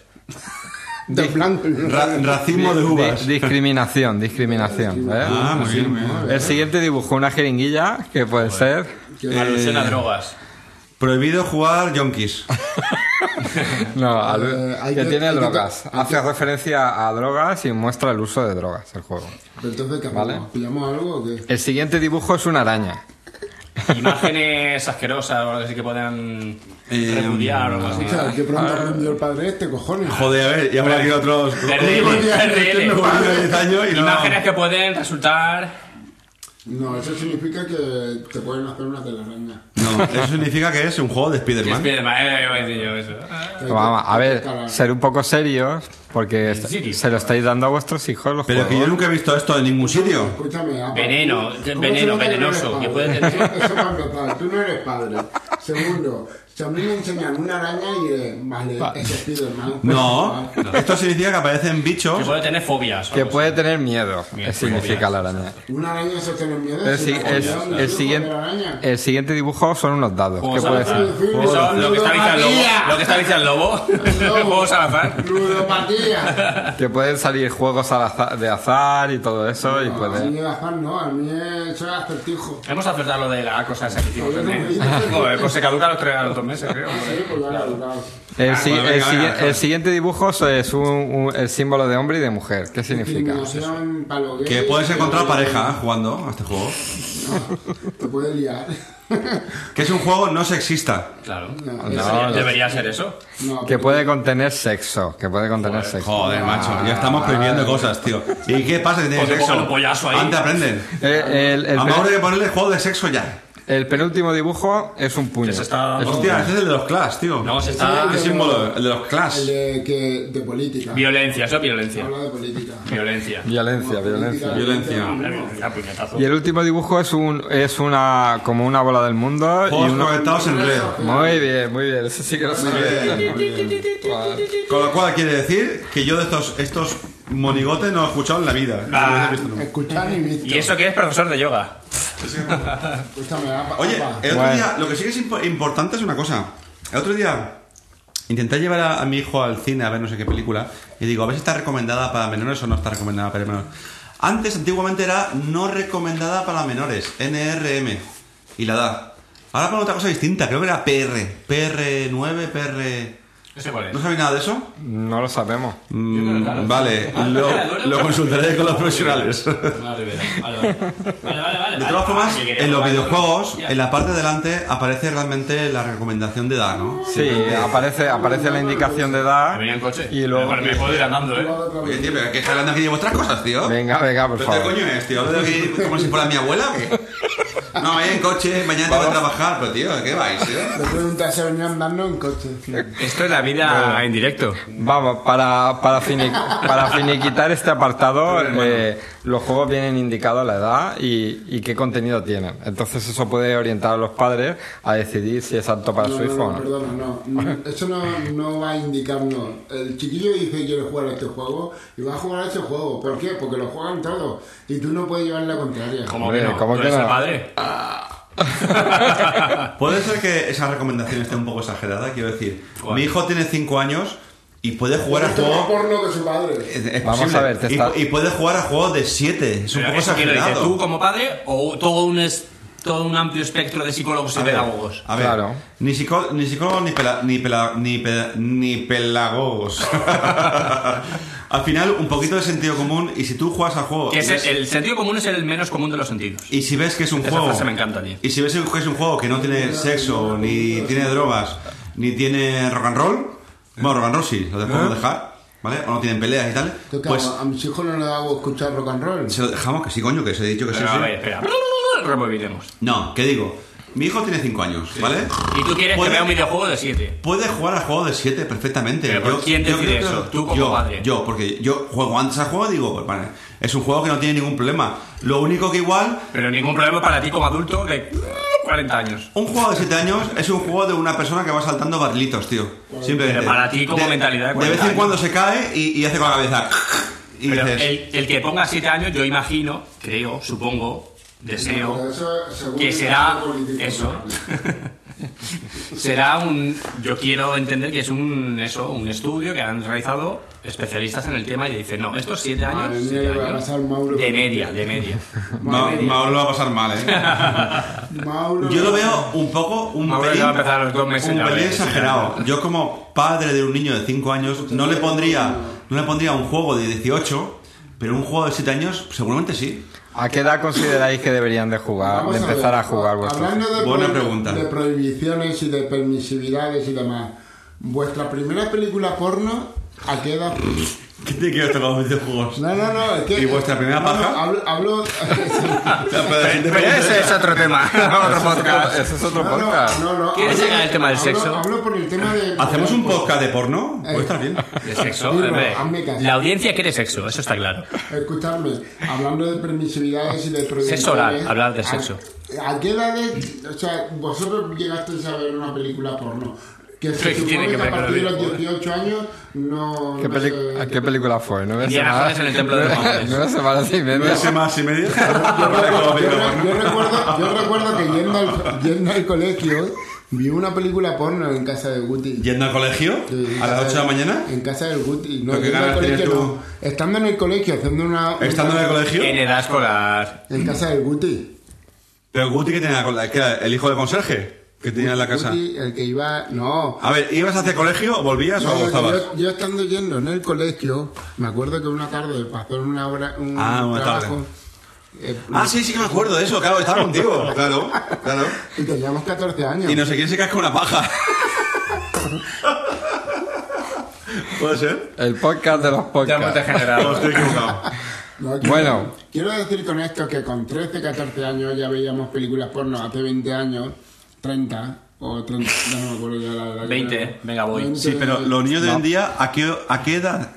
Speaker 5: De blanco.
Speaker 3: Ra- racismo de uvas.
Speaker 2: Di- discriminación,
Speaker 5: [LAUGHS]
Speaker 2: discriminación. ¿eh?
Speaker 3: Ah, muy bien, muy bien.
Speaker 2: El siguiente dibujo, una jeringuilla que puede ser.
Speaker 5: Eh,
Speaker 3: eh,
Speaker 1: Alusión a drogas.
Speaker 3: Prohibido jugar yonkis.
Speaker 2: No, al-
Speaker 5: Eh, hay
Speaker 2: que
Speaker 5: que-
Speaker 2: tiene
Speaker 5: hay que-
Speaker 2: drogas.
Speaker 5: hay que-
Speaker 2: Hace referencia a drogas y muestra el uso de drogas el juego.
Speaker 5: Entonces, ¿qué
Speaker 2: Vale.
Speaker 5: hacemos? ¿Pillamos algo o qué?
Speaker 2: El siguiente dibujo es una araña.
Speaker 1: Imágenes asquerosas o algo así que puedan
Speaker 3: Eh,
Speaker 1: repudiar o algo así.
Speaker 5: O sea, qué pronto aprendió el padre este, cojones.
Speaker 3: ah, Joder, a ver, y habrá aquí otros.
Speaker 1: RL, RL.
Speaker 3: Con menos de 10 años y no-
Speaker 1: Imágenes que pueden resultar.
Speaker 5: No, eso significa que te pueden hacer una telaraña.
Speaker 3: No, eso significa que es un juego de
Speaker 1: Es
Speaker 3: Spider-Man.
Speaker 1: bien, eh, iba a decir yo eso. Ah.
Speaker 2: Vamos, a ver,
Speaker 5: Claro.
Speaker 2: ser un poco serios porque est-
Speaker 1: serio?
Speaker 2: se lo estáis dando a vuestros hijos los
Speaker 3: Pero que yo
Speaker 2: juegos.
Speaker 3: nunca he visto esto en ningún sitio.
Speaker 5: Escúchame, apa,
Speaker 1: Veneno,
Speaker 5: ¿cómo
Speaker 1: que-
Speaker 5: se
Speaker 1: veneno,
Speaker 5: nota no eres
Speaker 1: venenoso,
Speaker 5: padre?
Speaker 1: que puede tener-
Speaker 5: Eso, eso para empezar, tú no eres padre. Segundo, si a mí me enseñan una araña y eh, vale, es Spiderman.
Speaker 3: No, esto significa que aparecen
Speaker 1: Pues, Que
Speaker 3: bichos.
Speaker 1: puede tener fobias. o
Speaker 2: Que
Speaker 1: algo
Speaker 2: puede tener miedo,
Speaker 1: Miedo,
Speaker 2: eh, significa la araña.
Speaker 5: Una araña eso tiene miedo.
Speaker 2: El,
Speaker 5: si
Speaker 2: si-
Speaker 5: la
Speaker 2: el-
Speaker 5: comida, un
Speaker 2: el
Speaker 5: dibujo
Speaker 2: siguiente,
Speaker 5: de araña.
Speaker 2: el siguiente dibujo son unos dados.
Speaker 1: Juegos
Speaker 2: ¿Qué puede
Speaker 1: al
Speaker 2: ser?
Speaker 1: azar.
Speaker 5: ser?
Speaker 1: Eso, lo que está diciendo el lobo.
Speaker 5: Ludopatía.
Speaker 1: Lo que está diciendo el lobo. [LAUGHS] Juegos al azar.
Speaker 5: Ludopatía.
Speaker 2: [LAUGHS] Que pueden salir juegos al azar- de azar y todo eso. y
Speaker 5: A
Speaker 2: puede...
Speaker 5: mí el azar no, a mí eso es acertijo.
Speaker 1: Hemos acertado lo de la cosa esa que hicimos.
Speaker 5: Joder,
Speaker 1: ¿eh? Joder, pues se caduca a los tres a los dos meses, creo. hombre.
Speaker 5: Sí, pues lo ha logrado.
Speaker 2: el, si-
Speaker 3: Ah,
Speaker 2: el
Speaker 3: bueno, venga, venga,
Speaker 2: sigui-
Speaker 3: venga.
Speaker 2: el siguiente dibujo es un- un- el símbolo de hombre y de mujer. ¿Qué significa?
Speaker 5: Discriminación para los gays,
Speaker 3: Que puedes encontrar
Speaker 5: eh,
Speaker 3: pareja jugando a este juego.
Speaker 5: Te puedes liar. [LAUGHS]
Speaker 3: Que es un juego no sexista.
Speaker 1: Claro.
Speaker 5: No,
Speaker 1: Debería,
Speaker 2: no.
Speaker 1: debería ser eso.
Speaker 5: No,
Speaker 2: Que
Speaker 5: pero-
Speaker 2: puede contener sexo. Que puede contener sexo.
Speaker 3: Joder, macho, ya estamos prohibiendo cosas, tío. ¿Y qué pasa que tienes
Speaker 1: Porque pongan
Speaker 3: sexo?
Speaker 1: un pollazo ahí.
Speaker 3: Antes aprenden.
Speaker 2: Eh, el- el
Speaker 3: A
Speaker 2: pe-
Speaker 3: Mauro hay que ponerle juego de sexo ya.
Speaker 2: El penúltimo dibujo es un puño.
Speaker 1: Que se está-
Speaker 2: Es un
Speaker 3: Hostia,
Speaker 2: puño.
Speaker 3: ese es el de los Clash, tío.
Speaker 1: No, se está.
Speaker 3: ¿Qué símbolo? El de los
Speaker 5: El
Speaker 3: Clash.
Speaker 5: de, que, de política.
Speaker 1: Violencia, eso es violencia.
Speaker 5: Habla de política.
Speaker 1: Violencia.
Speaker 2: Violencia, violencia.
Speaker 3: Violencia.
Speaker 1: Hombre, violencia, puñetazo.
Speaker 2: Y el último dibujo es un es una como una bola del mundo y
Speaker 3: Juegos
Speaker 2: uno-
Speaker 3: conectados en red.
Speaker 2: Muy bien, muy bien. Eso sí que lo sabía.
Speaker 3: Con lo cual quiere decir que yo de estos, estos monigotes no he escuchado en la vida.
Speaker 1: Ah.
Speaker 3: No los he visto nunca.
Speaker 5: Escuchar y visto.
Speaker 1: ¿Y eso que es profesor de yoga?
Speaker 5: Escúchame, ah, apa,
Speaker 3: Oye,
Speaker 5: apa.
Speaker 3: el otro
Speaker 2: Bueno.
Speaker 3: día, lo que sí que es impo- importante es una cosa. El otro día intenté llevar a, a mi hijo al cine a ver no sé qué película y digo, a ver si está recomendada para menores o no está recomendada para menores. Antes, antiguamente era no recomendada para menores, NRM, y la da. Ahora con otra cosa distinta, creo que era PR, PR9, PR...
Speaker 1: Ese cuál
Speaker 3: ¿No sabéis nada de eso?
Speaker 2: No lo sabemos.
Speaker 3: Mm, vale, lo, lo consultaré con los profesionales.
Speaker 1: Vale, vale, vale, vale, vale.
Speaker 3: De todas formas, en los videojuegos, en la parte de delante aparece realmente la recomendación de edad, ¿no?
Speaker 2: Sí, aparece aparece la indicación de edad.
Speaker 1: Venía en coche.
Speaker 2: Y luego-
Speaker 1: Pero me puedo ir andando,
Speaker 5: Habla de
Speaker 1: ¿eh?
Speaker 5: otra
Speaker 3: Oye, tío, pero que jalando aquí llevo otras cosas, tío.
Speaker 2: Venga, venga, por
Speaker 3: ¿Pero qué
Speaker 2: favor.
Speaker 3: coño es, tío? ¿Hablo de aquí como si fuera mi abuela o qué? No, vaya en coche, mañana tengo que trabajar, pero tío, ¿de qué vais, tío?
Speaker 5: Le pregunta si venía andando en coche.
Speaker 1: Esto es la vida en directo.
Speaker 2: Vamos, para, para, fini- para finiquitar este apartado, eh, los juegos vienen indicados la edad y, y qué contenido tienen. Entonces eso puede orientar a los padres a decidir si es apto para
Speaker 5: No,
Speaker 2: su
Speaker 5: no,
Speaker 2: hijo o
Speaker 5: no,
Speaker 2: no.
Speaker 5: perdona, no. no. Eso no, no va a indicarnos. El chiquillo dice quiere jugar a este juego y va a jugar a este juego. ¿Por qué? Porque lo juegan todos y tú no puedes llevar la contraria.
Speaker 1: ¿Cómo
Speaker 2: Hombre,
Speaker 1: que no?
Speaker 2: ¿cómo
Speaker 1: ¿Tú
Speaker 2: que
Speaker 1: eres
Speaker 2: no?
Speaker 1: el padre?
Speaker 3: Puede ser que esa recomendación esté un poco exagerada, quiero decir.
Speaker 1: ¿Cuál?
Speaker 3: Mi hijo tiene 5 años y puede jugar a
Speaker 5: Esto es
Speaker 3: juegos.
Speaker 5: porno de su padre.
Speaker 3: es- es
Speaker 2: Vamos
Speaker 3: posible.
Speaker 2: a ver, te
Speaker 3: y,
Speaker 2: está-
Speaker 3: y puede jugar a juegos de 7. Es un
Speaker 1: Pero
Speaker 3: poco
Speaker 1: eso que lo dices
Speaker 3: exagerado.
Speaker 1: tú como padre o todo un, es- todo un amplio espectro de psicólogos y
Speaker 3: A ver,
Speaker 1: pedagogos?
Speaker 3: A ver,
Speaker 2: Claro.
Speaker 3: ni, psicó- ni psicólogos ni, pela- ni, pela- ni, pe- ni pelagogos. [LAUGHS] Al final, un poquito de sentido común y si tú juegas al juego...
Speaker 1: Que es
Speaker 3: y
Speaker 1: el,
Speaker 3: ves-
Speaker 1: el sentido común es el menos común de los sentidos.
Speaker 3: Y si ves que es un
Speaker 1: Esa
Speaker 3: juego...
Speaker 1: frase me encanta, tío.
Speaker 3: Y si ves que es un juego que no tiene sexo, ni tiene drogas, ni tiene rock and roll... Bueno, rock and roll sí, lo dejamos dejar, ¿vale? O no tienen peleas y tal.
Speaker 5: Yo, ah. claro,
Speaker 3: Pues
Speaker 5: a mis hijos no les hago escuchar rock and roll.
Speaker 3: se lo dejamos, que sí, coño, que os he dicho que sí.
Speaker 1: Pero, a
Speaker 3: sí.
Speaker 1: ver, espera. Removiremos.
Speaker 3: No, ¿qué digo? Mi hijo tiene 5 años, ¿vale?
Speaker 1: Y tú quieres que
Speaker 3: Puede-
Speaker 1: vea un videojuego de 7.
Speaker 3: Puede jugar a juegos de 7 perfectamente.
Speaker 1: Pero, ¿por quién decide
Speaker 3: creo que
Speaker 1: eso?
Speaker 3: lo-
Speaker 1: Tú como
Speaker 3: yo,
Speaker 1: padre.
Speaker 3: Yo, porque yo juego antes al juego y digo, pues, vale, es un juego que no tiene ningún problema. Lo único que igual,
Speaker 1: Pero ningún problema para ti como adulto de 40 años.
Speaker 3: un juego de 7 años es un juego de una persona que va saltando barrilitos, tío. Simplemente.
Speaker 1: Pero para ti como
Speaker 3: De-
Speaker 1: mentalidad de
Speaker 3: De, vez
Speaker 1: 40
Speaker 3: en
Speaker 1: años.
Speaker 3: cuando se cae y, y hace con la cabeza. Y
Speaker 1: Pero
Speaker 3: dices,
Speaker 1: el, el que ponga 7 años, yo imagino, creo, supongo, deseo,
Speaker 5: Eso, según
Speaker 1: que
Speaker 5: el
Speaker 1: será
Speaker 5: partido político,
Speaker 1: eso. [LAUGHS]
Speaker 5: ¿no?
Speaker 1: será un. Yo quiero entender que es un eso, un estudio que han realizado especialistas en el tema y dicen, no, estos 7 años,
Speaker 5: Madre mía,
Speaker 1: siete
Speaker 5: le va a
Speaker 1: años,
Speaker 5: pasar Mauro. este.
Speaker 1: de media, de media.
Speaker 3: Ma- Mauro lo va a pasar
Speaker 1: [LAUGHS]
Speaker 3: mal, ¿eh?
Speaker 5: Mauro-
Speaker 3: Yo lo veo un poco, un
Speaker 1: Mauro
Speaker 3: pelín-
Speaker 1: ya va a empezar a los dos meses
Speaker 3: un
Speaker 1: ya,
Speaker 3: pelín
Speaker 1: ¿verdad?
Speaker 3: exagerado. Yo como padre de un niño de 5 años no le pondría no le pondría un juego de 18, pero un juego de 7 años seguramente sí.
Speaker 2: ¿A qué edad consideráis que deberían de jugar,
Speaker 5: Vamos
Speaker 2: de empezar
Speaker 5: ver,
Speaker 2: a, jugar vuestros?
Speaker 5: Hablando de,
Speaker 3: Buena
Speaker 5: prohi-
Speaker 3: pregunta.
Speaker 5: de prohibiciones y de permisividades y demás. Vuestra primera película porno, ¿a qué edad?
Speaker 3: ¿Qué te quiero tocar los videojuegos? [LAUGHS]
Speaker 5: No, no, no. Es que, eh,
Speaker 3: ¿Y vuestra primera
Speaker 5: No, no,
Speaker 3: paja?
Speaker 5: hablo-
Speaker 3: [LAUGHS]
Speaker 5: [LAUGHS] hablo
Speaker 2: es [LAUGHS] otro tema, otro podcast. Eso es otro
Speaker 5: No, no,
Speaker 2: podcast.
Speaker 5: no, no,
Speaker 1: ¿Quieres
Speaker 5: hablo-
Speaker 1: llegar al tema del
Speaker 5: hablo-
Speaker 1: sexo?
Speaker 5: Hablo por el tema de.
Speaker 3: [LAUGHS] ¿Hacemos un podcast de porno? Puede estar
Speaker 5: [LAUGHS]
Speaker 3: bien.
Speaker 1: [LAUGHS] De sexo,
Speaker 5: Dilo,
Speaker 1: hombre.
Speaker 5: hazme caso.
Speaker 1: La audiencia quiere sexo, eso está claro.
Speaker 5: Escuchadme, hablando de permisividades y de prohibiciones.
Speaker 1: Sexo oral, hablar de
Speaker 5: ¿a-
Speaker 1: sexo.
Speaker 5: ¿A, qué edad es- O sea, vosotros llegasteis a ver una película porno. Que se
Speaker 1: ¿Qué
Speaker 5: supone
Speaker 1: tiene
Speaker 5: que,
Speaker 1: que ver
Speaker 5: a
Speaker 1: con la
Speaker 5: partir de los
Speaker 1: película?
Speaker 5: 18 años no.
Speaker 2: ¿Qué,
Speaker 5: no
Speaker 2: peli-
Speaker 5: se-
Speaker 2: ¿a qué película fue? ¿Nueve
Speaker 1: Indiana
Speaker 2: semanas?
Speaker 1: Jones en el templo
Speaker 2: [LAUGHS]
Speaker 1: de los
Speaker 2: nueve,
Speaker 1: mamones.
Speaker 2: nueve semanas y media.
Speaker 3: más y medio?
Speaker 5: [LAUGHS] Yo, re- yo recuerdo, yo recuerdo que yendo al, yendo al colegio vi una película porno en casa de Guti.
Speaker 3: ¿Yendo al colegio?
Speaker 5: Sí,
Speaker 3: ¿A las
Speaker 5: casa
Speaker 3: 8 de la mañana?
Speaker 5: En casa del Guti. No,
Speaker 3: ¿Pero qué
Speaker 5: yendo al
Speaker 3: ganas tenías
Speaker 5: colegio,
Speaker 3: tú?
Speaker 5: no. Estando en el colegio, haciendo una.
Speaker 3: ¿Estando en el colegio?
Speaker 1: En edad escolar.
Speaker 5: En casa del Guti.
Speaker 3: ¿Pero Guti que tenía con la- que era el hijo de conserje? Que tenía en la casa.
Speaker 5: Guti, el que iba. No.
Speaker 3: A ver, ¿ibas hacia colegio, volvías o
Speaker 5: No,
Speaker 3: estabas?
Speaker 5: yo, yo estando yendo en el colegio, me acuerdo que una tarde pasó una hora, un
Speaker 3: Ah, una
Speaker 5: trabajo. eh,
Speaker 3: Ah, sí, sí que me acuerdo de eso, claro, estaba contigo. [LAUGHS] Claro, claro.
Speaker 5: Y teníamos 14 años.
Speaker 3: Y no sé quién se casca una paja. ¿Puede ser?
Speaker 2: El podcast de los
Speaker 1: Ya hemos
Speaker 2: podcasts.
Speaker 3: No,
Speaker 1: degenerado.
Speaker 3: estoy equivocado.
Speaker 5: No, quiero-
Speaker 2: Bueno.
Speaker 5: Quiero decir con esto que con 13, 14 años ya veíamos películas porno. Hace 20 años, 30 o 30, no me acuerdo ya la verdad.
Speaker 1: 20, venga, voy.
Speaker 3: Sí, pero los niños de hoy en día, ¿a qué, ¿a qué edad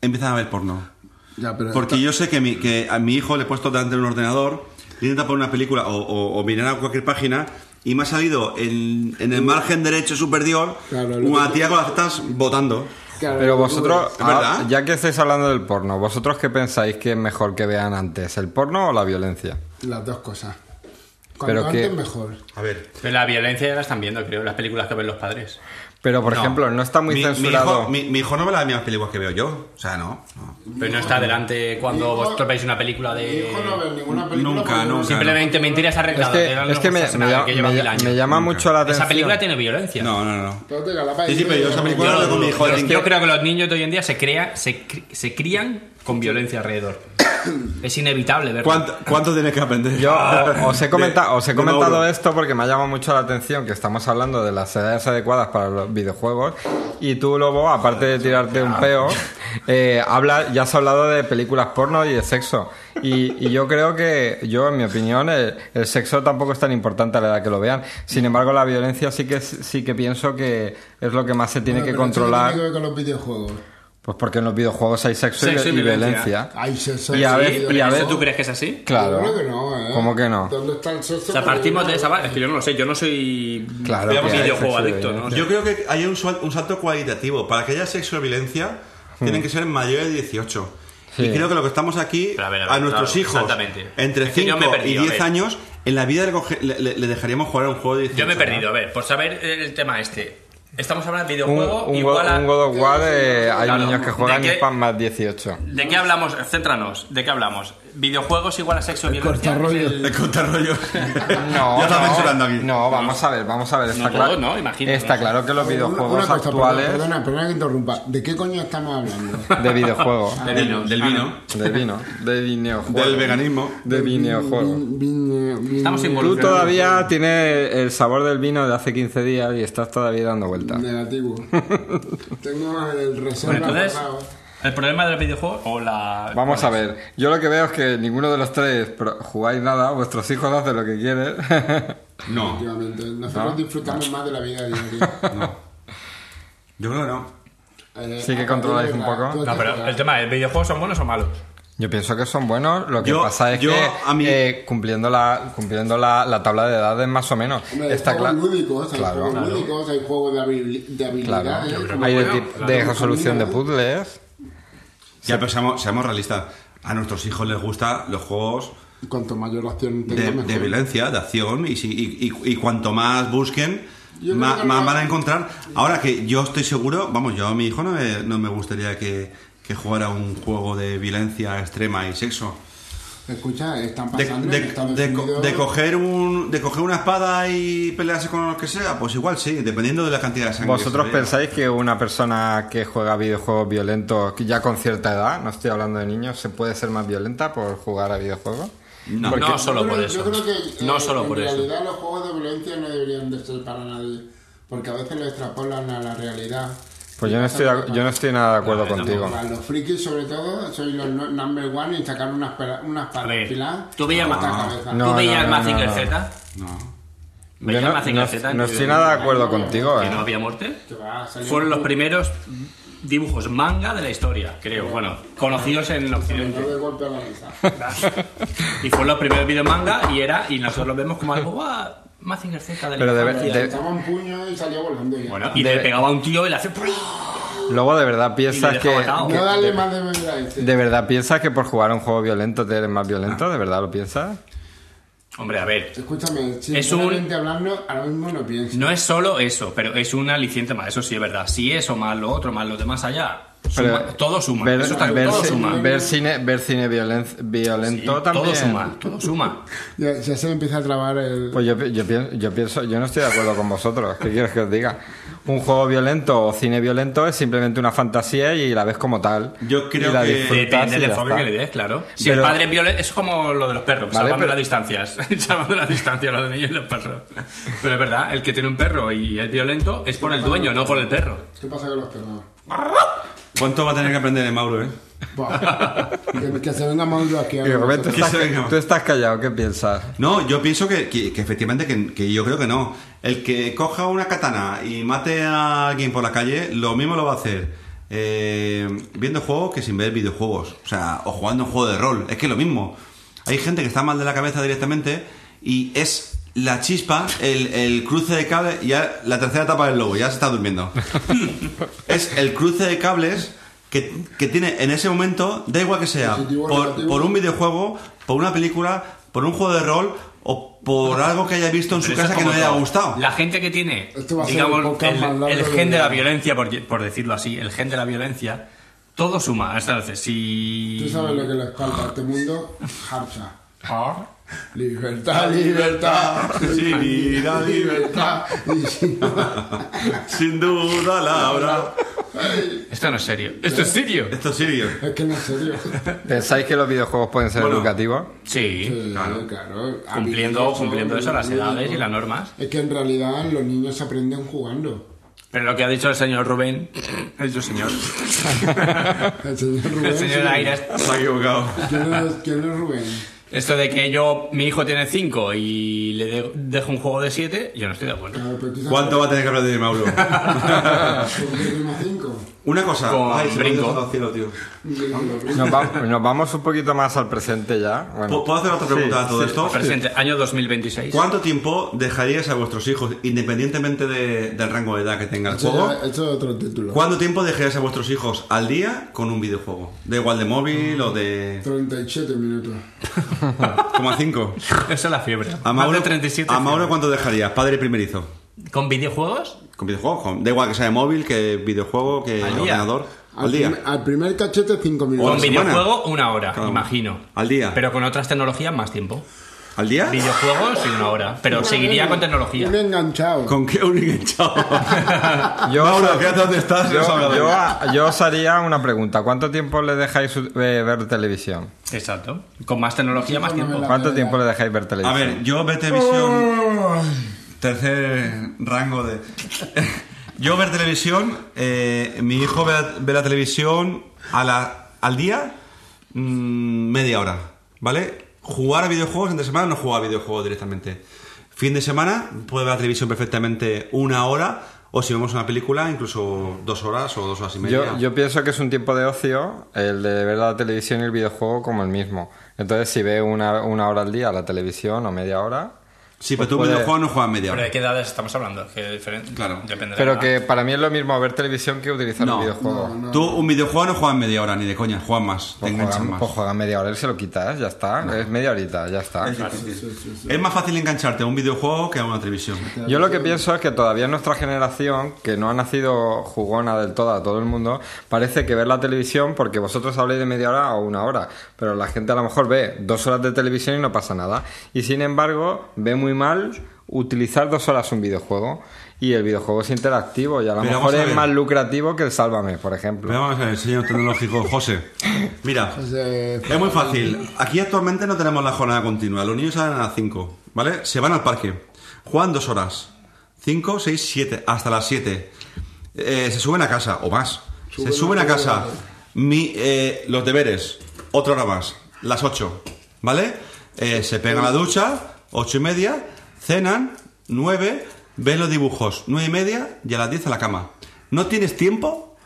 Speaker 3: empiezan a ver porno?
Speaker 5: Ya, pero
Speaker 3: Porque yo sé que, mi- que a mi hijo le he puesto delante de un ordenador, le intenta poner una película o, o, o mirar a cualquier página y me ha salido en, en el margen derecho superior
Speaker 5: Claro, lo
Speaker 3: una
Speaker 5: que-
Speaker 3: tía con las estás votando.
Speaker 5: Claro,
Speaker 2: Pero vosotros,
Speaker 3: ¿Es verdad?
Speaker 2: ah, ya que estáis hablando del porno, ¿vosotros qué pensáis que es mejor que vean antes, el porno o la violencia?
Speaker 5: Las dos cosas.
Speaker 2: Pero
Speaker 5: Cuanto antes
Speaker 2: que-
Speaker 5: mejor.
Speaker 3: A ver,
Speaker 1: Pero la violencia ya la están viendo, creo, las películas que ven los padres.
Speaker 2: Pero, por ejemplo, no está muy
Speaker 3: mi, mi
Speaker 2: censurado.
Speaker 3: hijo, mi, mi hijo no ve las mismas películas que veo yo. O sea, no. no.
Speaker 1: Pero no está delante cuando
Speaker 5: Hijo-
Speaker 1: vosotros veis una película
Speaker 5: Mi hijo no ve
Speaker 1: de.
Speaker 5: ninguna película. pues
Speaker 3: Nunca,
Speaker 5: porque no
Speaker 3: nunca.
Speaker 5: sé-
Speaker 1: Simplemente mentiras
Speaker 2: Es
Speaker 1: arregladas.
Speaker 2: que, es que me, me llama- me lla- me llama mucho la atención.
Speaker 1: Esa película tiene violencia.
Speaker 3: No, no, no.
Speaker 5: Entonces, Galapa
Speaker 3: Sí, sí,
Speaker 5: dice
Speaker 3: pero yo
Speaker 5: que
Speaker 3: esa película
Speaker 5: no
Speaker 3: la veo con mi hijo de
Speaker 1: Pero es que yo
Speaker 3: 20.
Speaker 1: creo que los niños de hoy en día se, crea, se, cri- se crían con violencia alrededor. es inevitable verlo.
Speaker 3: ¿Cuánto, ¿Cuánto tienes que aprender?
Speaker 2: Yo o-
Speaker 5: [LAUGHS]
Speaker 2: os he, comenta-
Speaker 3: De-
Speaker 2: os he
Speaker 3: de
Speaker 2: comentado
Speaker 3: Mauro.
Speaker 2: esto porque me ha llamado mucho la atención que estamos hablando de las edades adecuadas para los videojuegos y tú, Lobo, aparte de tirarte un
Speaker 5: [LAUGHS]
Speaker 2: peo, eh, habla, ya has hablado de películas porno y de sexo. Y, y yo creo que, yo en mi opinión, el, el sexo tampoco es tan importante a la edad que lo vean. Sin embargo, la violencia sí que, sí que pienso que es lo que más se tiene
Speaker 5: Bueno,
Speaker 2: que
Speaker 5: pero eso no
Speaker 2: controlar.
Speaker 5: Tiene que ver con los videojuegos.
Speaker 2: Pues porque en los videojuegos hay sexo, y,
Speaker 1: Sexo y
Speaker 2: y
Speaker 1: violencia.
Speaker 2: violencia.
Speaker 5: Hay sexo.
Speaker 2: Y a
Speaker 5: sí,
Speaker 2: ver-
Speaker 5: yo
Speaker 2: y a
Speaker 5: creo.
Speaker 2: ver-
Speaker 1: ¿Tú crees que es así?
Speaker 5: Yo
Speaker 2: Claro.
Speaker 5: creo que no, ¿eh?
Speaker 2: ¿Cómo que no?
Speaker 5: ¿Dónde está el sexo?
Speaker 1: O sea, partimos de esa
Speaker 5: base
Speaker 1: base. Es que yo no lo sé, yo no soy.
Speaker 2: Claro
Speaker 1: digamos,
Speaker 2: que hay
Speaker 1: videojuego
Speaker 2: sexo y
Speaker 1: adicto, ¿no?
Speaker 3: Yo creo que hay un, sal- un salto cualitativo. Para que haya sexo y violencia, tienen que ser mayores de 18.
Speaker 2: Hmm. Sí.
Speaker 3: Y creo que lo que estamos aquí,
Speaker 1: Pero
Speaker 3: a,
Speaker 1: a ver, a ver,
Speaker 3: nuestros
Speaker 1: claro,
Speaker 3: hijos,
Speaker 1: exactamente.
Speaker 3: entre
Speaker 1: Es que yo
Speaker 3: 5
Speaker 1: me he
Speaker 3: y
Speaker 1: perdido, a
Speaker 3: 10
Speaker 1: ver.
Speaker 3: años, en la vida le, coge- le- le- le dejaríamos jugar a un juego de 18,
Speaker 1: Yo me he perdido, a
Speaker 3: ¿no?
Speaker 1: ver, por saber el tema este. Estamos hablando de
Speaker 2: Un,
Speaker 1: videojuego
Speaker 2: un
Speaker 1: igual
Speaker 2: go-
Speaker 1: a...
Speaker 2: un God of War, eh, hay
Speaker 1: Claro,
Speaker 2: niños que
Speaker 1: ¿de
Speaker 2: juegan y
Speaker 1: qué?
Speaker 2: están más 18.
Speaker 1: ¿De qué hablamos? Céntranos, ¿de qué hablamos? ¿Videojuegos igual a sexo y violencia?
Speaker 5: Cortarrollo.
Speaker 1: El-
Speaker 3: El contrarrollo.
Speaker 2: [LAUGHS] No,
Speaker 3: ya está
Speaker 2: no,
Speaker 3: censurando aquí.
Speaker 2: No, vamos a ver, vamos a ver. Está,
Speaker 1: No
Speaker 2: claro,
Speaker 1: todo, ¿no? Imagino,
Speaker 2: está
Speaker 1: no sé.
Speaker 2: claro que los
Speaker 5: Una-
Speaker 2: videojuegos
Speaker 5: una cosa,
Speaker 2: actuales
Speaker 5: Perdona, perdona, perdona que interrumpa. ¿De qué coño estamos
Speaker 2: [LAUGHS]
Speaker 5: hablando?
Speaker 2: de videojuegos,
Speaker 1: De
Speaker 3: Del,
Speaker 1: vinos.
Speaker 3: del vino,
Speaker 2: de vino, de videojuegos,
Speaker 3: del veganismo.
Speaker 2: de videojuegos.
Speaker 5: Vin- vin- vin-
Speaker 1: Estamos
Speaker 2: Tú
Speaker 1: involucrados.
Speaker 2: todavía tienes el sabor del vino de hace 15 días y estás todavía dando vueltas. [LAUGHS]
Speaker 5: Negativo. Tengo el reserva.
Speaker 1: Bueno, entonces,
Speaker 5: apagado.
Speaker 1: el problema del videojuego o la...
Speaker 2: Vamos a ver, yo lo que veo es que ninguno de los tres pro- jugáis nada, vuestros hijos hacen lo que quieren. [LAUGHS]
Speaker 3: No,
Speaker 5: Efectivamente, nosotros disfrutamos más de la vida
Speaker 2: [LAUGHS]
Speaker 5: diaria.
Speaker 3: no. Yo creo que no.
Speaker 5: Eh,
Speaker 2: Sí que controláis un poco.
Speaker 5: tú
Speaker 1: No,
Speaker 5: te
Speaker 1: pero
Speaker 5: jodas.
Speaker 1: el tema es, ¿videojuegos son buenos o malos?
Speaker 2: Yo pienso que son buenos, lo que
Speaker 3: Yo-
Speaker 2: pasa es
Speaker 3: yo,
Speaker 2: que
Speaker 3: a mí-
Speaker 2: eh, cumpliendo la cumpliendo la, la tabla de edades más o menos.
Speaker 5: Hombre,
Speaker 2: está
Speaker 5: hay
Speaker 2: claro.
Speaker 5: juegos lúdicos, hay
Speaker 2: Claro.
Speaker 5: juegos
Speaker 2: Claro.
Speaker 5: lúdicos, eh, hay juegos de, habili- de
Speaker 2: Claro.
Speaker 5: habilidades. como-
Speaker 2: Hay de,
Speaker 1: bueno,
Speaker 2: tip-
Speaker 1: claro.
Speaker 2: de resolución de puzzles.
Speaker 3: Ya, pero seamos, seamos realistas. A nuestros hijos les gustan los juegos
Speaker 5: Cuanto mayor acción tenga,
Speaker 3: de,
Speaker 5: mejor.
Speaker 3: de violencia, de acción, y, si- y, y- y cuanto más busquen,
Speaker 5: Yo
Speaker 3: ma-
Speaker 5: creo
Speaker 3: más,
Speaker 5: que no.
Speaker 3: van a encontrar. Ahora que yo estoy seguro, vamos, yo a mi hijo no me, no me gustaría que, que jugara un juego de violencia extrema y sexo.
Speaker 5: Escucha, están
Speaker 3: De,
Speaker 5: pasando
Speaker 3: de-
Speaker 5: en Estados
Speaker 3: de co-
Speaker 5: Unidos-
Speaker 3: de coger un, de coger una espada y pelearse con lo que sea, pues igual sí, dependiendo de la cantidad de sangre. que se
Speaker 2: ¿Vosotros
Speaker 3: vea.
Speaker 2: pensáis que una persona que juega videojuegos violentos que ya con cierta edad, no estoy hablando de niños, se puede ser más violenta por jugar a videojuegos?
Speaker 3: No.
Speaker 2: Porque-
Speaker 1: No solo
Speaker 5: Yo
Speaker 1: por
Speaker 5: creo-
Speaker 1: eso.
Speaker 5: Yo creo que,
Speaker 1: No
Speaker 5: eh,
Speaker 1: solo
Speaker 5: en
Speaker 1: por eso.
Speaker 5: realidad los juegos de violencia no deberían de ser para nadie, porque a veces lo extrapolan a la realidad.
Speaker 2: Pues yo no estoy, de- yo no estoy nada de acuerdo contigo.
Speaker 5: Para los frikis, sobre todo, soy los no- number one en sacar unas pela- unas
Speaker 1: A ver,
Speaker 5: pilas.
Speaker 1: ¿tú veías Mazinger
Speaker 5: cabeza.
Speaker 2: No,
Speaker 1: ¿Tú veías
Speaker 2: no, no,
Speaker 1: Mazinger
Speaker 2: no, no.
Speaker 1: Z?
Speaker 3: No.
Speaker 2: Yo
Speaker 1: ¿Veías
Speaker 2: no,
Speaker 1: Mazinger
Speaker 2: no-
Speaker 1: Z?
Speaker 2: no
Speaker 1: que-
Speaker 2: estoy nada de acuerdo contigo.
Speaker 1: ¿Que
Speaker 2: eh.
Speaker 1: no había muerte?
Speaker 5: Que va, salió-
Speaker 1: Fueron los primeros dibujos manga de la historia, creo. Bueno, conocidos en
Speaker 5: No
Speaker 1: Occidente.
Speaker 5: de golpe a la mesa.
Speaker 2: [LAUGHS]
Speaker 1: Y fueron los primeros video manga y era y nosotros lo vemos como algo "Buah, Mazinger Z de la
Speaker 2: Pero de ver-
Speaker 1: infancia".
Speaker 2: de-
Speaker 5: Estaba un puño y salió volando ya.
Speaker 1: Bueno, y
Speaker 2: de-
Speaker 1: le pegaba a un tío y le hace ¡prua!
Speaker 2: Luego de verdad piensas
Speaker 1: Y me
Speaker 2: que,
Speaker 1: dejaba atado.
Speaker 2: que-
Speaker 5: no darle
Speaker 2: de,
Speaker 5: más de beber a este.
Speaker 2: de verdad piensas que por jugar a un juego violento te eres más
Speaker 3: Ah.
Speaker 2: violento, de verdad lo piensas.
Speaker 1: Hombre, a ver,
Speaker 5: Escúchame,
Speaker 1: un-
Speaker 5: sinceramente hablando, ahora mismo no pienso.
Speaker 1: no es solo eso, pero es un aliciente más, eso sí es verdad. Si eso más lo otro más los demás allá,
Speaker 2: Pero
Speaker 1: suma- todo suma,
Speaker 2: Ver,
Speaker 1: eso está-
Speaker 2: ver
Speaker 1: todo
Speaker 2: ci-
Speaker 1: suma.
Speaker 2: ver cine, ver cine violen-
Speaker 1: Sí,
Speaker 2: violento también.
Speaker 1: todo suma, todo
Speaker 2: [LAUGHS]
Speaker 1: suma.
Speaker 5: Ya, ya se me empieza a trabar el...
Speaker 2: Pues yo, pi- yo, pienso, yo pienso, yo no estoy de acuerdo con vosotros. ¿Qué quieres que os diga? Un juego violento o cine violento es simplemente una fantasía y la ves como tal.
Speaker 3: Yo creo
Speaker 2: Y la
Speaker 3: que-
Speaker 2: disfrutas
Speaker 1: Eh, Depende
Speaker 2: y
Speaker 1: del
Speaker 2: ya
Speaker 1: enfoque
Speaker 2: está.
Speaker 1: que le des, claro. Si
Speaker 2: Pero-
Speaker 1: el padre es violento, es como lo de los perros,
Speaker 2: Vale,
Speaker 1: salvando
Speaker 2: pero-
Speaker 1: las distancias. [LAUGHS] salvando las distancias, lo de niños y los perros. Pero es verdad, el que tiene un perro y es violento es por el dueño, no por el perro.
Speaker 5: ¿Qué pasa con los perros?
Speaker 3: ¿Cuánto va a tener que aprender de Mauro, eh?
Speaker 5: Buah. que, que se venga Mauro aquí. a
Speaker 2: Y Rubén, tú
Speaker 5: nosotros.
Speaker 3: Que
Speaker 2: estás,
Speaker 3: se venga.
Speaker 2: tú estás callado, ¿qué piensas?
Speaker 3: No, yo pienso que, que- que efectivamente que, que yo creo que no. El que coja una katana y mate a alguien por la calle, lo mismo lo va a hacer eh, viendo juegos que sin ver videojuegos. O sea, o jugando un juego de rol. Es que es lo mismo. Hay gente que está mal de la cabeza directamente y es la chispa, el, el cruce de cables. Ya la tercera etapa del lobo, ya se está durmiendo. es el cruce de cables. Que, que tiene en ese momento, da igual que sea,
Speaker 5: Positivo,
Speaker 3: por,
Speaker 5: negativo.
Speaker 3: por un videojuego, por una película, por un juego de rol o por algo que haya visto en su
Speaker 1: Pero eso
Speaker 3: casa
Speaker 1: es
Speaker 3: que no
Speaker 1: como
Speaker 3: le haya
Speaker 1: todo.
Speaker 3: gustado.
Speaker 1: La gente que tiene,
Speaker 5: Esto va a ser un
Speaker 1: digamos,
Speaker 5: podcast
Speaker 1: el,
Speaker 5: más largo
Speaker 1: el
Speaker 5: de lo
Speaker 1: gen de la
Speaker 5: que-
Speaker 1: violencia, por, por decirlo así, el gen de la violencia, todo suma. Entonces,
Speaker 5: Tú
Speaker 1: si...
Speaker 5: sabes lo que le falta a este mundo. Harcha.
Speaker 1: Ah.
Speaker 5: Libertad, libertad.
Speaker 3: Sí, vida,
Speaker 5: libertad. Y si no,
Speaker 3: Sin duda la habrá.
Speaker 1: Esto no es serio. ¿Esto es serio?
Speaker 3: Esto es serio.
Speaker 5: es que no es serio.
Speaker 2: ¿Pensáis que los videojuegos pueden ser
Speaker 3: Bueno.
Speaker 2: educativos?
Speaker 1: Sí.
Speaker 5: Claro, Eh, claro.
Speaker 1: Cumpliendo,
Speaker 5: Habilidoso,
Speaker 1: cumpliendo eso, las
Speaker 5: habilidoso.
Speaker 1: edades y las normas.
Speaker 5: Es que en realidad los niños aprenden jugando.
Speaker 1: Pero lo que ha dicho el señor Rubén, el dicho señor,
Speaker 5: El señor
Speaker 1: [LAUGHS]
Speaker 5: Rubén.
Speaker 1: el señor Aires,
Speaker 3: Se ha equivocado.
Speaker 5: ¿Quién es, quién es Rubén?
Speaker 1: esto de que yo, mi hijo tiene 5 y le de- dejo un juego de 7, yo no estoy de acuerdo.
Speaker 5: Claro, pero tú sabes
Speaker 3: ¿Cuánto va a tener que aprender de Mauro?
Speaker 5: por qué tenemos cinco.
Speaker 3: Una cosa.
Speaker 1: Con
Speaker 3: Ay, se me ha ido
Speaker 1: brinco.
Speaker 3: todo al cielo, tío.
Speaker 2: Nos, va- nos vamos un poquito más al presente ya. Bueno,
Speaker 3: ¿Puedo puedo hacer otra pregunta
Speaker 2: Sí,
Speaker 3: a todo
Speaker 2: sí.
Speaker 3: esto?
Speaker 1: Presente, año 2026.
Speaker 3: ¿Cuánto tiempo dejaríais a vuestros hijos, independientemente de- del rango de edad que tenga el
Speaker 5: Esto
Speaker 3: juego?
Speaker 5: ya- esto es otro título.
Speaker 3: ¿Cuánto tiempo dejaríais a vuestros hijos al día con un videojuego? Da igual de móvil o de...
Speaker 5: 37 minutos.
Speaker 3: Como a 5.
Speaker 1: Esa es la fiebre.
Speaker 3: A
Speaker 1: Más de
Speaker 3: Mauro,
Speaker 1: 37.
Speaker 3: a Mauro
Speaker 1: fiebre.
Speaker 3: ¿cuánto dejarías? Padre primerizo.
Speaker 1: ¿Con videojuegos?
Speaker 3: Con videojuegos. con- Da igual que sea de móvil, que videojuego, que
Speaker 1: Al día.
Speaker 3: ordenador. Al día.
Speaker 5: prim- al primer cachete 5
Speaker 1: Con
Speaker 3: Una
Speaker 5: minutos.
Speaker 3: Hola. semana.
Speaker 1: videojuego una hora,
Speaker 3: Claro.
Speaker 1: imagino.
Speaker 3: Al día.
Speaker 1: Pero con otras tecnologías más tiempo.
Speaker 3: ¿Al día?
Speaker 1: Videojuegos y una hora. Pero seguiría con tecnología.
Speaker 5: Un enganchado.
Speaker 3: ¿Con qué un
Speaker 2: [LAUGHS]
Speaker 3: enganchado?
Speaker 2: Yo-
Speaker 3: Mauro, quédate donde estás. no sabes
Speaker 2: Yo,
Speaker 3: dónde.
Speaker 2: yo a- yo os haría una pregunta. ¿Cuánto tiempo le dejáis eh, ver televisión?
Speaker 1: Exacto. Con más tecnología, más
Speaker 5: Bueno,
Speaker 1: tiempo.
Speaker 5: me
Speaker 2: ¿Cuánto tiempo le dejáis ver
Speaker 3: A
Speaker 2: televisión?
Speaker 3: ver, yo ver televisión. Tercer rango de. [LAUGHS] Yo ver televisión. eh, mi hijo ve, ve la televisión a la- al día mm, media hora, ¿vale? Jugar a videojuegos entre semana no juega a videojuegos directamente. Fin de semana puede ver la televisión perfectamente una hora o si vemos una película incluso dos horas o dos horas y media.
Speaker 2: Yo, yo pienso que es un tiempo de ocio el de ver la televisión y el videojuego como el mismo. Entonces, si ve una, una hora al día la televisión o media hora.
Speaker 3: sí, pero tú
Speaker 2: puede-
Speaker 3: videojuegos no juegas media
Speaker 1: Pero
Speaker 3: hora.
Speaker 1: de qué edades estamos hablando. Que diferente.
Speaker 3: Claro.
Speaker 1: Depende de la
Speaker 2: Pero
Speaker 1: edad.
Speaker 2: que para mí es lo mismo ver televisión que utilizar
Speaker 3: No.
Speaker 2: el videojuego.
Speaker 5: No, no.
Speaker 3: Tú un videojuego no juegas media hora ni de coña, juegas más, te
Speaker 2: Pues
Speaker 3: enganchan
Speaker 2: juega,
Speaker 3: más.
Speaker 2: pues juega media hora y se lo quitas, ya está. Es media horita, ya está.
Speaker 3: Es, difícil. Es más fácil engancharte a un videojuego que a una televisión.
Speaker 2: Yo lo que pienso es que todavía nuestra generación, que no ha nacido jugona del todo a todo el mundo, parece que ver la televisión, porque vosotros habláis de media hora o una hora, pero la gente a lo mejor ve dos horas de televisión y no pasa nada. Y sin embargo, ve muy mal utilizar dos horas un videojuego. Y el videojuego es interactivo y a lo
Speaker 3: Pero
Speaker 2: mejor
Speaker 3: vamos a
Speaker 2: es
Speaker 3: ver.
Speaker 2: más lucrativo que el Sálvame, por ejemplo.
Speaker 3: Pero vamos a ver, señor tecnológico José. Mira,
Speaker 5: Entonces,
Speaker 3: es muy fácil. Aquí actualmente no tenemos la jornada continua. Los niños salen a las 5, ¿vale? Se van al parque. Juegan dos horas. 5, 6, 7, hasta las 7. se suben a casa, o más.
Speaker 5: Suben
Speaker 3: se suben a
Speaker 5: otra
Speaker 3: casa.
Speaker 5: hora.
Speaker 3: Mi, eh, los deberes, otra hora más. Las 8, ¿vale? Eh, se pegan la ducha, 8 y media. Cenan, 9. Ven los dibujos, 9 y media. Y a las 10 a la cama. ¿No tienes tiempo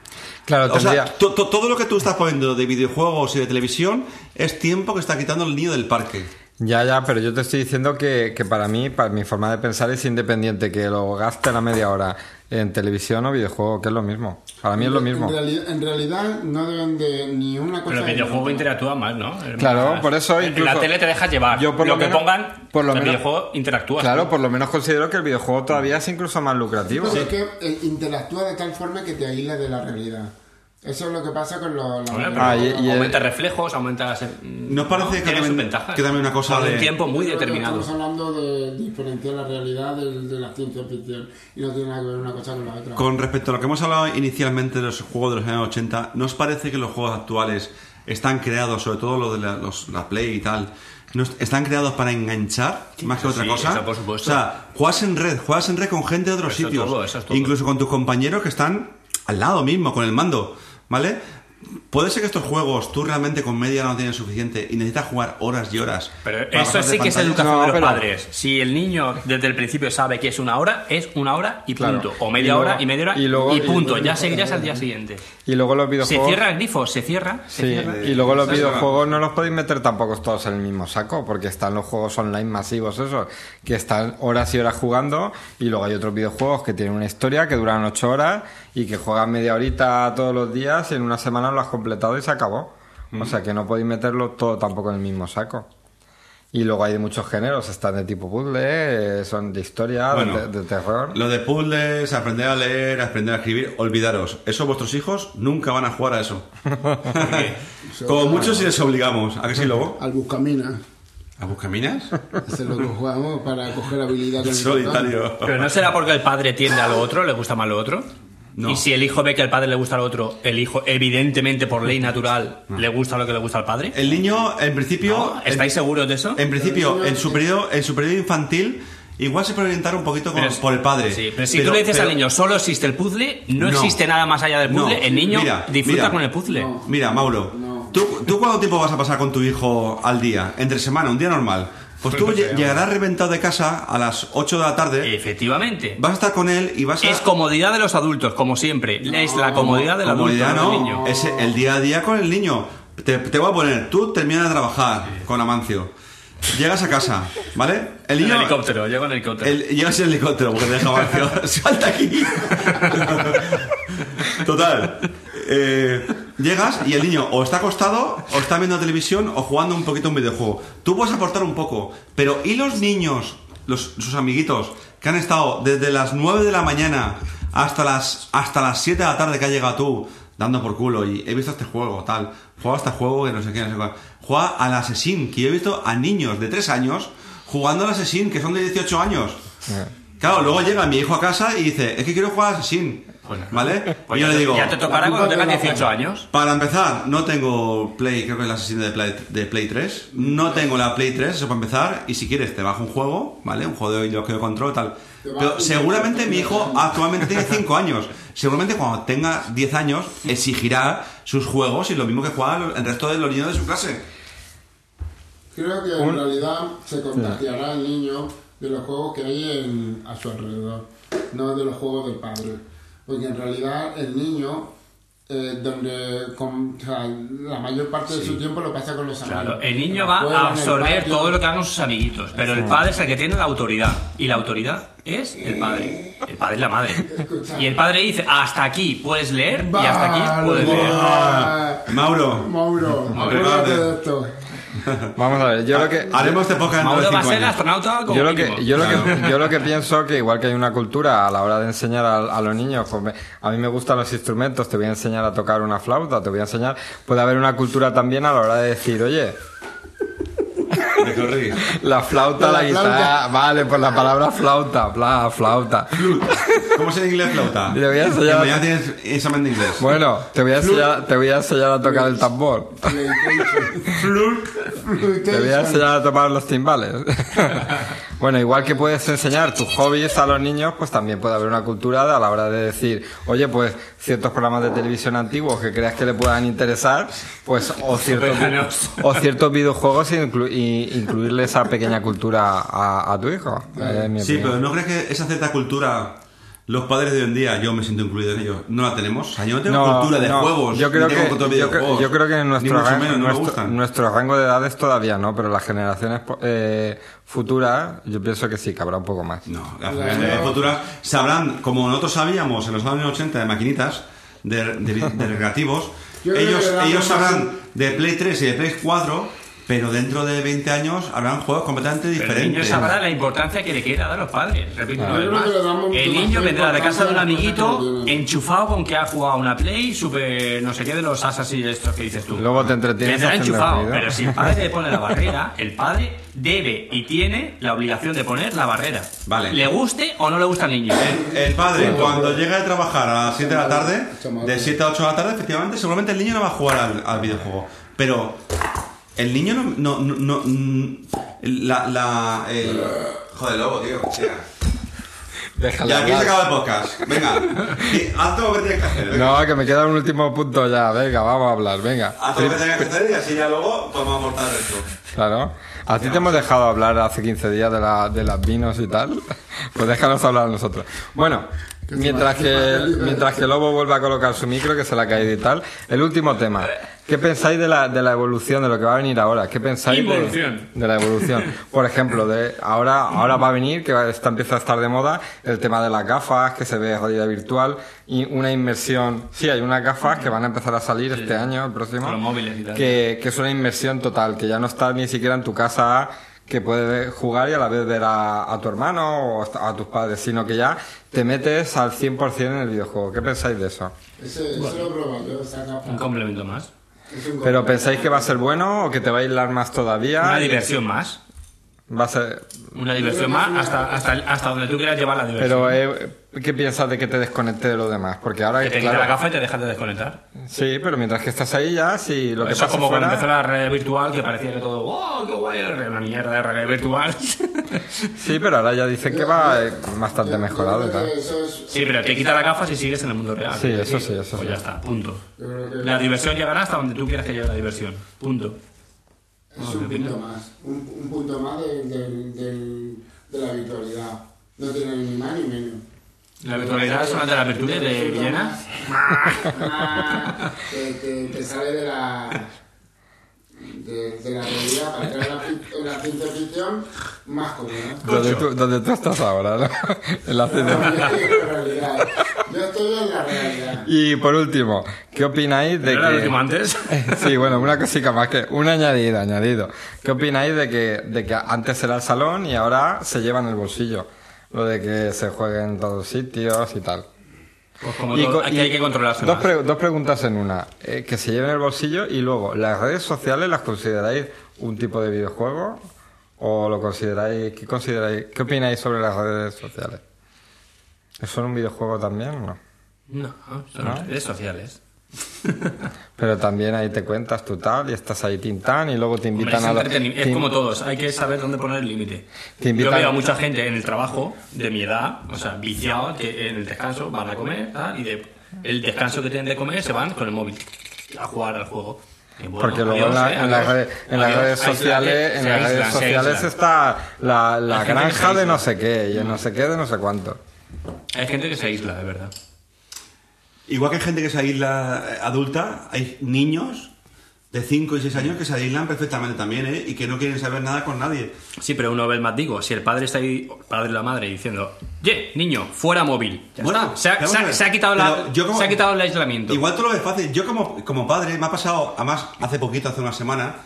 Speaker 2: Claro,
Speaker 3: o sea,
Speaker 2: tendría.
Speaker 3: to- to- todo lo que tú estás poniendo de videojuegos y de televisión es tiempo que está quitando el niño del parque.
Speaker 2: Ya, ya, pero yo te estoy diciendo que, que para mí, para mi forma de pensar, es independiente, que lo gaste la media hora en televisión o videojuego, que es lo mismo. Para mí es lo mismo.
Speaker 5: En, reali- en realidad no deben de ni una cosa.
Speaker 1: Pero el
Speaker 5: ni
Speaker 1: videojuego
Speaker 5: otra.
Speaker 1: interactúa más, ¿no? Es
Speaker 2: Claro,
Speaker 1: más-
Speaker 2: por eso
Speaker 1: En
Speaker 2: incluso-
Speaker 1: la tele te dejas llevar.
Speaker 2: Yo por
Speaker 1: lo,
Speaker 2: lo
Speaker 1: que
Speaker 2: menos-
Speaker 1: pongan,
Speaker 2: por lo
Speaker 1: el
Speaker 2: menos-
Speaker 1: videojuego interactúa.
Speaker 2: Claro, por lo menos considero que el videojuego todavía es incluso más lucrativo.
Speaker 5: Pero es que eh, interactúa de tal forma que te aísla de la realidad. Eso es lo que pasa con los.
Speaker 1: Hombre, pero
Speaker 2: Ah, y- y-
Speaker 1: aumenta reflejos, aumenta... las-
Speaker 3: ¿No parece que,
Speaker 1: Tiene sus
Speaker 3: también,
Speaker 1: ventajas.
Speaker 3: que también una cosa
Speaker 1: Por
Speaker 3: de...
Speaker 1: un tiempo muy determinado.
Speaker 5: Estamos hablando de diferenciar la realidad de, de la ciencia ficción y no tiene nada que ver una cosa con la otra.
Speaker 3: Con respecto a lo que hemos hablado inicialmente de los juegos de los años 80, ¿no os parece que los juegos actuales están creados, sobre todo los de la, los- la Play y tal, no est- están creados para enganchar más que
Speaker 1: eso
Speaker 3: otra
Speaker 1: sí,
Speaker 3: cosa?
Speaker 1: eso por supuesto.
Speaker 3: O sea, juegas en red, juegas en red con gente de otros
Speaker 1: Eso
Speaker 3: sitios,
Speaker 1: todo, eso es todo.
Speaker 3: incluso con tus compañeros que están al lado mismo, con el mando, ¿vale? Puede ser que estos juegos tú realmente con media hora no tienes suficiente y necesitas jugar horas y horas.
Speaker 1: Pero
Speaker 3: para
Speaker 1: eso
Speaker 3: pasarte
Speaker 1: sí que es
Speaker 3: pantallas.
Speaker 1: educación
Speaker 2: No,
Speaker 1: de los
Speaker 2: pero-
Speaker 1: padres. Si el niño desde el principio sabe que es una hora, es una hora y
Speaker 2: Claro.
Speaker 1: punto. O
Speaker 2: Y
Speaker 1: media
Speaker 2: luego-
Speaker 1: hora y media hora
Speaker 2: y
Speaker 1: y,
Speaker 2: luego-
Speaker 1: punto.
Speaker 2: y-
Speaker 1: ya seguirías al día siguiente.
Speaker 2: Y luego los
Speaker 1: Se
Speaker 2: videojuegos.
Speaker 1: cierra el grifo, se cierra. se
Speaker 2: Sí,
Speaker 1: cierra.
Speaker 2: y luego los
Speaker 3: Se cierra.
Speaker 2: videojuegos no los podéis meter tampoco todos en el mismo saco, porque están los juegos online masivos esos, que están horas y horas jugando, y luego hay otros videojuegos que tienen una historia que duran ocho horas y que juegan media horita todos los días y en una semana lo has completado y se acabó. O sea que no podéis meterlo todo tampoco en el mismo saco. Y luego hay de muchos géneros, están de tipo puzzle, eh, son de historia, de-
Speaker 3: Bueno,
Speaker 2: de, de terror.
Speaker 3: Lo de puzzles, aprender a leer, aprender a escribir, olvidaros. Eso vuestros hijos nunca van a jugar a eso. [LAUGHS] Como muchos si les obligamos. ¿A que sí, luego?
Speaker 5: Al buscamina.
Speaker 3: ¿A buscaminas?
Speaker 5: Eso es lo que jugamos para coger habilidad con el
Speaker 3: Solitario.
Speaker 1: Pero no será porque el padre tiende a lo otro, le gusta más lo otro.
Speaker 3: No.
Speaker 1: Y si el hijo ve que al padre le gusta lo otro, el hijo, evidentemente por ley natural, le gusta lo que le gusta al padre.
Speaker 3: El niño, en principio...
Speaker 1: ¿No? ¿Estáis
Speaker 3: Eh, en,
Speaker 1: seguros de eso?
Speaker 3: en principio, en su periodo, en su periodo infantil, igual se puede orientar un poquito con-
Speaker 1: Pero es-
Speaker 3: por el padre.
Speaker 1: Sí, pero si tú le dices
Speaker 3: pero-
Speaker 1: al niño, solo existe el puzzle, no,
Speaker 3: No.
Speaker 1: existe nada más allá del
Speaker 3: No.
Speaker 1: puzzle, el niño
Speaker 3: Mira,
Speaker 1: disfruta
Speaker 3: mira.
Speaker 1: con el puzzle.
Speaker 5: No.
Speaker 3: Mira, Mauro,
Speaker 5: No.
Speaker 3: ¿tú, tú cuánto tiempo vas a pasar con tu hijo al día? Entre semana, un día normal. Pues tú lle- llegarás reventado de casa a las 8 de la tarde,
Speaker 1: Efectivamente.
Speaker 3: vas a estar con él y vas a...
Speaker 1: Eh, Es comodidad de los adultos, como siempre. Es la comodidad del adulto,
Speaker 3: Comodidad
Speaker 1: no del
Speaker 3: no,
Speaker 1: niño.
Speaker 3: es el día a día con el niño. Te, te voy a poner, tú terminas de trabajar con Amancio, llegas a casa, ¿vale? El
Speaker 1: En
Speaker 3: niño...
Speaker 1: helicóptero, llego en helicóptero.
Speaker 3: El, llegas en helicóptero porque te
Speaker 1: [LAUGHS]
Speaker 3: deja Amancio. ¡Salta aquí! Total. eh, llegas y el niño o está acostado, o está viendo televisión, o jugando un poquito un videojuego. Tú puedes aportar un poco, pero ¿y los niños, los, sus amiguitos, que han estado desde las 9 de la mañana hasta las, hasta las 7 de la tarde que has llegado tú, dando por culo, y he visto este juego, tal, juega este juego que no sé qué, no sé cuál. Juega al Assassin, que yo he visto a niños de 3 años jugando al Assassin, que son de 18 años. Claro, luego llega mi hijo a casa y dice, es que quiero jugar al Assassin. ¿Vale?
Speaker 1: Pues
Speaker 3: Y
Speaker 1: ya
Speaker 3: yo le
Speaker 1: te-
Speaker 3: digo,
Speaker 1: Ya te tocará
Speaker 5: la
Speaker 1: cuando
Speaker 5: culpa
Speaker 1: tengas
Speaker 5: de la
Speaker 1: 18 años.
Speaker 3: para empezar, no tengo Play, creo que es la asesina de Play, de Play 3. No tengo la Play 3, eso para empezar. Y si quieres, te bajo un juego, ¿vale? Un juego de los que yo controlo, tal. Pero seguramente mi hijo actualmente tiene 5 años. Seguramente cuando tenga 10 años, exigirá sus juegos y lo mismo que juegan el resto de los niños de su clase.
Speaker 5: Creo que en realidad se contagiará el niño de los juegos que hay en- a su alrededor, no de los juegos del padre. Porque en realidad el niño, eh, donde con- o sea, la mayor parte de su tiempo lo pasa con los
Speaker 1: Claro,
Speaker 5: amigos.
Speaker 1: el niño va
Speaker 5: Juegan en
Speaker 1: a
Speaker 5: el
Speaker 1: absorber
Speaker 5: patio.
Speaker 1: todo lo que hagan sus amiguitos, pero el padre es el que tiene la autoridad. Y la autoridad es el padre. El padre es la madre.
Speaker 5: Escucha.
Speaker 1: Y el padre dice, hasta aquí puedes leer y hasta aquí
Speaker 5: Vale,
Speaker 1: puedes leer.
Speaker 5: Ah.
Speaker 3: Mauro,
Speaker 5: Mauro, acuérdate de esto.
Speaker 2: Vamos a ver, yo lo que...
Speaker 3: haremos este podcast en
Speaker 1: Mauro va a
Speaker 3: 5
Speaker 1: ser
Speaker 3: años.
Speaker 1: astronauta como
Speaker 2: Yo lo,
Speaker 1: mínimo.
Speaker 2: que, yo, lo que, yo lo que pienso que igual que hay una cultura a la hora de enseñar a, a los niños, pues me- a mí me gustan los instrumentos, te voy a enseñar a tocar una flauta, te voy a enseñar, puede haber una cultura también a la hora de decir, oye,
Speaker 3: Me corrí.
Speaker 2: la flauta, la,
Speaker 5: La
Speaker 2: guitarra,
Speaker 5: flauta.
Speaker 2: vale, pues la palabra flauta, bla, flauta.
Speaker 3: ¿Cómo es en inglés flauta?
Speaker 2: Le voy a enseñar-
Speaker 3: Que Mañana tienes examen de inglés.
Speaker 2: Bueno, te voy a enseñar, te voy a, enseñar a tocar el tambor, te voy a enseñar a tomar los
Speaker 3: [LAUGHS]
Speaker 2: timbales. bueno, igual que puedes enseñar tus hobbies a los niños, pues también puede haber una cultura de- a la hora de decir, oye, pues ciertos programas de televisión antiguos que creas que le puedan interesar, pues o ciertos,
Speaker 1: Véganos.
Speaker 2: o ciertos videojuegos e inclu- y incluirle esa pequeña cultura a, a tu hijo. Eh, mi
Speaker 3: Sí,
Speaker 2: opinión.
Speaker 3: pero ¿no crees que esa cierta cultura, los padres de hoy en día, yo me siento incluido en ellos, no la tenemos? O sea, yo no tengo
Speaker 2: No,
Speaker 3: cultura de
Speaker 2: no,
Speaker 3: juegos,
Speaker 2: Yo creo,
Speaker 3: ni tengo
Speaker 2: que,
Speaker 3: cultura de
Speaker 2: yo, creo-
Speaker 3: videojuegos,
Speaker 2: yo creo que en nuestro,
Speaker 3: ni mucho
Speaker 2: ran-
Speaker 3: menos, no me
Speaker 2: nuestro,
Speaker 3: gustan.
Speaker 2: nuestro rango de edades todavía no, pero las generaciones eh, futuras, yo pienso que sí, que habrá un poco más.
Speaker 3: No, las generaciones futuras sabrán, como nosotros sabíamos en los años 80 de maquinitas, de, de- de recreativos,
Speaker 5: [LAUGHS] Yo creo
Speaker 3: ellos,
Speaker 5: que la
Speaker 3: ellos
Speaker 5: formación-
Speaker 3: sabrán de Play 3 y de Play 4, pero dentro de 20 años habrán juegos completamente
Speaker 1: Pero el niño
Speaker 3: diferentes.
Speaker 1: sabrá la importancia que le quiera dar a los padres. Repito, una vez
Speaker 5: Yo creo que le damos
Speaker 1: más.
Speaker 5: mucho
Speaker 1: el
Speaker 5: más
Speaker 1: niño vendrá de casa de un
Speaker 5: importancia a la cosa que
Speaker 1: amiguito
Speaker 5: tiene.
Speaker 1: enchufado con que ha jugado a una play, super no sé qué de los asas y estos que dices tú.
Speaker 2: Luego te entretienes
Speaker 1: Vendrá
Speaker 2: haciendo
Speaker 1: enchufado,
Speaker 2: ruido.
Speaker 1: pero si el padre le pone la barrera, el padre debe y tiene la obligación de poner la barrera.
Speaker 3: Vale.
Speaker 1: Le guste o no le gusta al niño.
Speaker 3: El padre, cuando llega de trabajar a las 7 de la tarde, de 7 a 8 de la tarde, efectivamente, seguramente el niño no va a jugar al, al videojuego. Pero el niño no. no, no, no- mm, la. la el- Joder, lobo, tío. tía. Y
Speaker 2: Déjale
Speaker 3: aquí se
Speaker 2: hablar.
Speaker 3: acaba el podcast. Venga, y haz todo lo que tienes que hacer. venga.
Speaker 2: No, que me queda un último punto ya. Venga, vamos a hablar, venga.
Speaker 3: Haz todo lo que tengas que hacer y así ya luego podemos aportar el resto.
Speaker 2: Claro. A ti te hemos dejado hablar hace 15 días de, la- de las vinos y tal. Pues déjanos hablar a nosotros. Bueno, mientras que, mientras que Lobo vuelve a colocar su micro, que se le ha caído y tal, el último tema. ¿Qué pensáis de la, de la evolución, de lo que va a venir ahora? ¿Qué pensáis de,
Speaker 1: Involución.
Speaker 2: de la evolución? Por ejemplo, de ahora, ahora va a venir, que va- está, empieza a estar de moda, el tema de las gafas, que se ve realidad virtual, y una inmersión. Sí, hay unas gafas que van a empezar a salir este año, el próximo
Speaker 1: Con los móviles y tal.
Speaker 2: que, que es una inmersión total, que ya no estás ni siquiera en tu casa, que puedes jugar y a la vez ver a, a tu hermano o a tus padres, sino que ya te metes al 100% en el videojuego. ¿Qué pensáis de eso?
Speaker 5: Ese, ese lo probo yo, saca
Speaker 1: Un complemento más.
Speaker 5: Es un
Speaker 2: ¿Pero pensáis que va a ser bueno o que te va a aislar más todavía?
Speaker 1: Una diversión más.
Speaker 2: Va a ser...
Speaker 1: Una diversión más hasta, hasta, hasta donde tú quieras llevar la diversión.
Speaker 2: Pero, eh, ¿qué piensas de que te desconecte de lo demás? Porque ahora...
Speaker 1: que te quitas
Speaker 2: claro,
Speaker 1: la gafa y te dejas de desconectar.
Speaker 2: sí, pero mientras que estás ahí ya, si lo que
Speaker 1: Eso
Speaker 2: pasa
Speaker 1: es como
Speaker 2: fuera-
Speaker 1: cuando empezó la red virtual que parecía que todo, ¡wow! ¡Qué guay! Era una mierda de red
Speaker 2: [LAUGHS]
Speaker 1: virtual. sí,
Speaker 2: Sí, pero ahora ya dicen que va eh, bastante
Speaker 5: Yo- yo
Speaker 2: mejorado y
Speaker 5: creo
Speaker 2: tal.
Speaker 5: que eso es-
Speaker 1: pero te quita la gafas y sigues en el mundo real.
Speaker 2: Sí, eso sí, eso
Speaker 1: Pues
Speaker 2: sí.
Speaker 1: ya está, punto.
Speaker 5: yo creo que-
Speaker 1: La diversión llegará hasta donde tú quieras que llegue la diversión. Punto.
Speaker 5: Es un punto más. Un, un punto más del- del- del- de la habitualidad. No tiene ni más ni menos.
Speaker 1: La habitualidad es una de las virtudes de Villena.
Speaker 5: Te, te, te sale de la. De, de la realidad para entrar en la, fi- en la ciencia ficción más cómoda.
Speaker 2: [LAUGHS] Donde tú, donde tú estás ahora, ¿no? [LAUGHS] En la
Speaker 5: Yo
Speaker 2: ciencia.
Speaker 5: estoy en la realidad. Yo estoy en la realidad.
Speaker 2: Y por último, ¿qué opináis de
Speaker 1: ¿No era el
Speaker 2: que...
Speaker 1: último antes?
Speaker 2: [LAUGHS] Sí, bueno, una cosita más que un añadido, añadido. ¿Qué opináis de que, de que antes era el salón y ahora se lleva en el bolsillo? Lo de que se juegue en todos sitios y tal.
Speaker 1: Pues como
Speaker 2: Y
Speaker 1: todo,
Speaker 2: co-
Speaker 1: aquí
Speaker 2: y
Speaker 1: hay que controlarse
Speaker 2: Dos,
Speaker 1: más.
Speaker 2: pre- dos preguntas en una. Eh, que se lleve en el bolsillo y luego, ¿las redes sociales las consideráis un tipo de videojuego? ¿O lo consideráis, qué consideráis, qué opináis sobre las redes sociales? ¿Son un videojuego también o no?
Speaker 1: No, son redes sociales.
Speaker 2: Pero también ahí te cuentas tú tal y estás ahí tintán y luego te
Speaker 1: Hombre,
Speaker 2: invitan
Speaker 1: es,
Speaker 2: a la-
Speaker 1: entreteni- es
Speaker 2: te-
Speaker 1: como todos, hay que saber dónde poner el límite.
Speaker 2: Te invitan-
Speaker 1: Yo veo a mucha gente en el trabajo de mi edad, o sea, viciado, que en el descanso van a comer tal, y de, el descanso que tienen de comer se van con el móvil a jugar al juego. Y bueno,
Speaker 2: Porque luego en,
Speaker 1: adiós,
Speaker 2: la-
Speaker 1: eh,
Speaker 2: en las
Speaker 1: adiós, adiós,
Speaker 2: redes, en las redes
Speaker 1: aíslate,
Speaker 2: sociales,
Speaker 1: se
Speaker 2: en las redes
Speaker 1: aíslan, se
Speaker 2: sociales
Speaker 1: aíslan.
Speaker 2: está la, la
Speaker 1: Hay gente que se
Speaker 2: granja de
Speaker 1: aísla.
Speaker 2: no sé qué y el no sé qué de no sé cuánto.
Speaker 1: Hay gente que se aísla, de verdad.
Speaker 3: Igual que hay gente que se aísla eh, adulta, hay niños de 5 y 6 años que se aíslan perfectamente también, ¿eh? Y que no quieren saber nada con nadie.
Speaker 1: Sí, pero uno ve el más digo, si el padre está ahí, el padre o la madre, diciendo, ye, niño, fuera móvil. Ya
Speaker 3: Bueno,
Speaker 1: está. se, ha,
Speaker 3: vamos
Speaker 1: se ha-
Speaker 3: a ver.
Speaker 1: se ha quitado la,
Speaker 3: Pero yo como-
Speaker 1: se ha quitado el aislamiento.
Speaker 3: Igual tú lo ves fácil. Yo como, como padre, me ha pasado, además, hace poquito, hace una semana,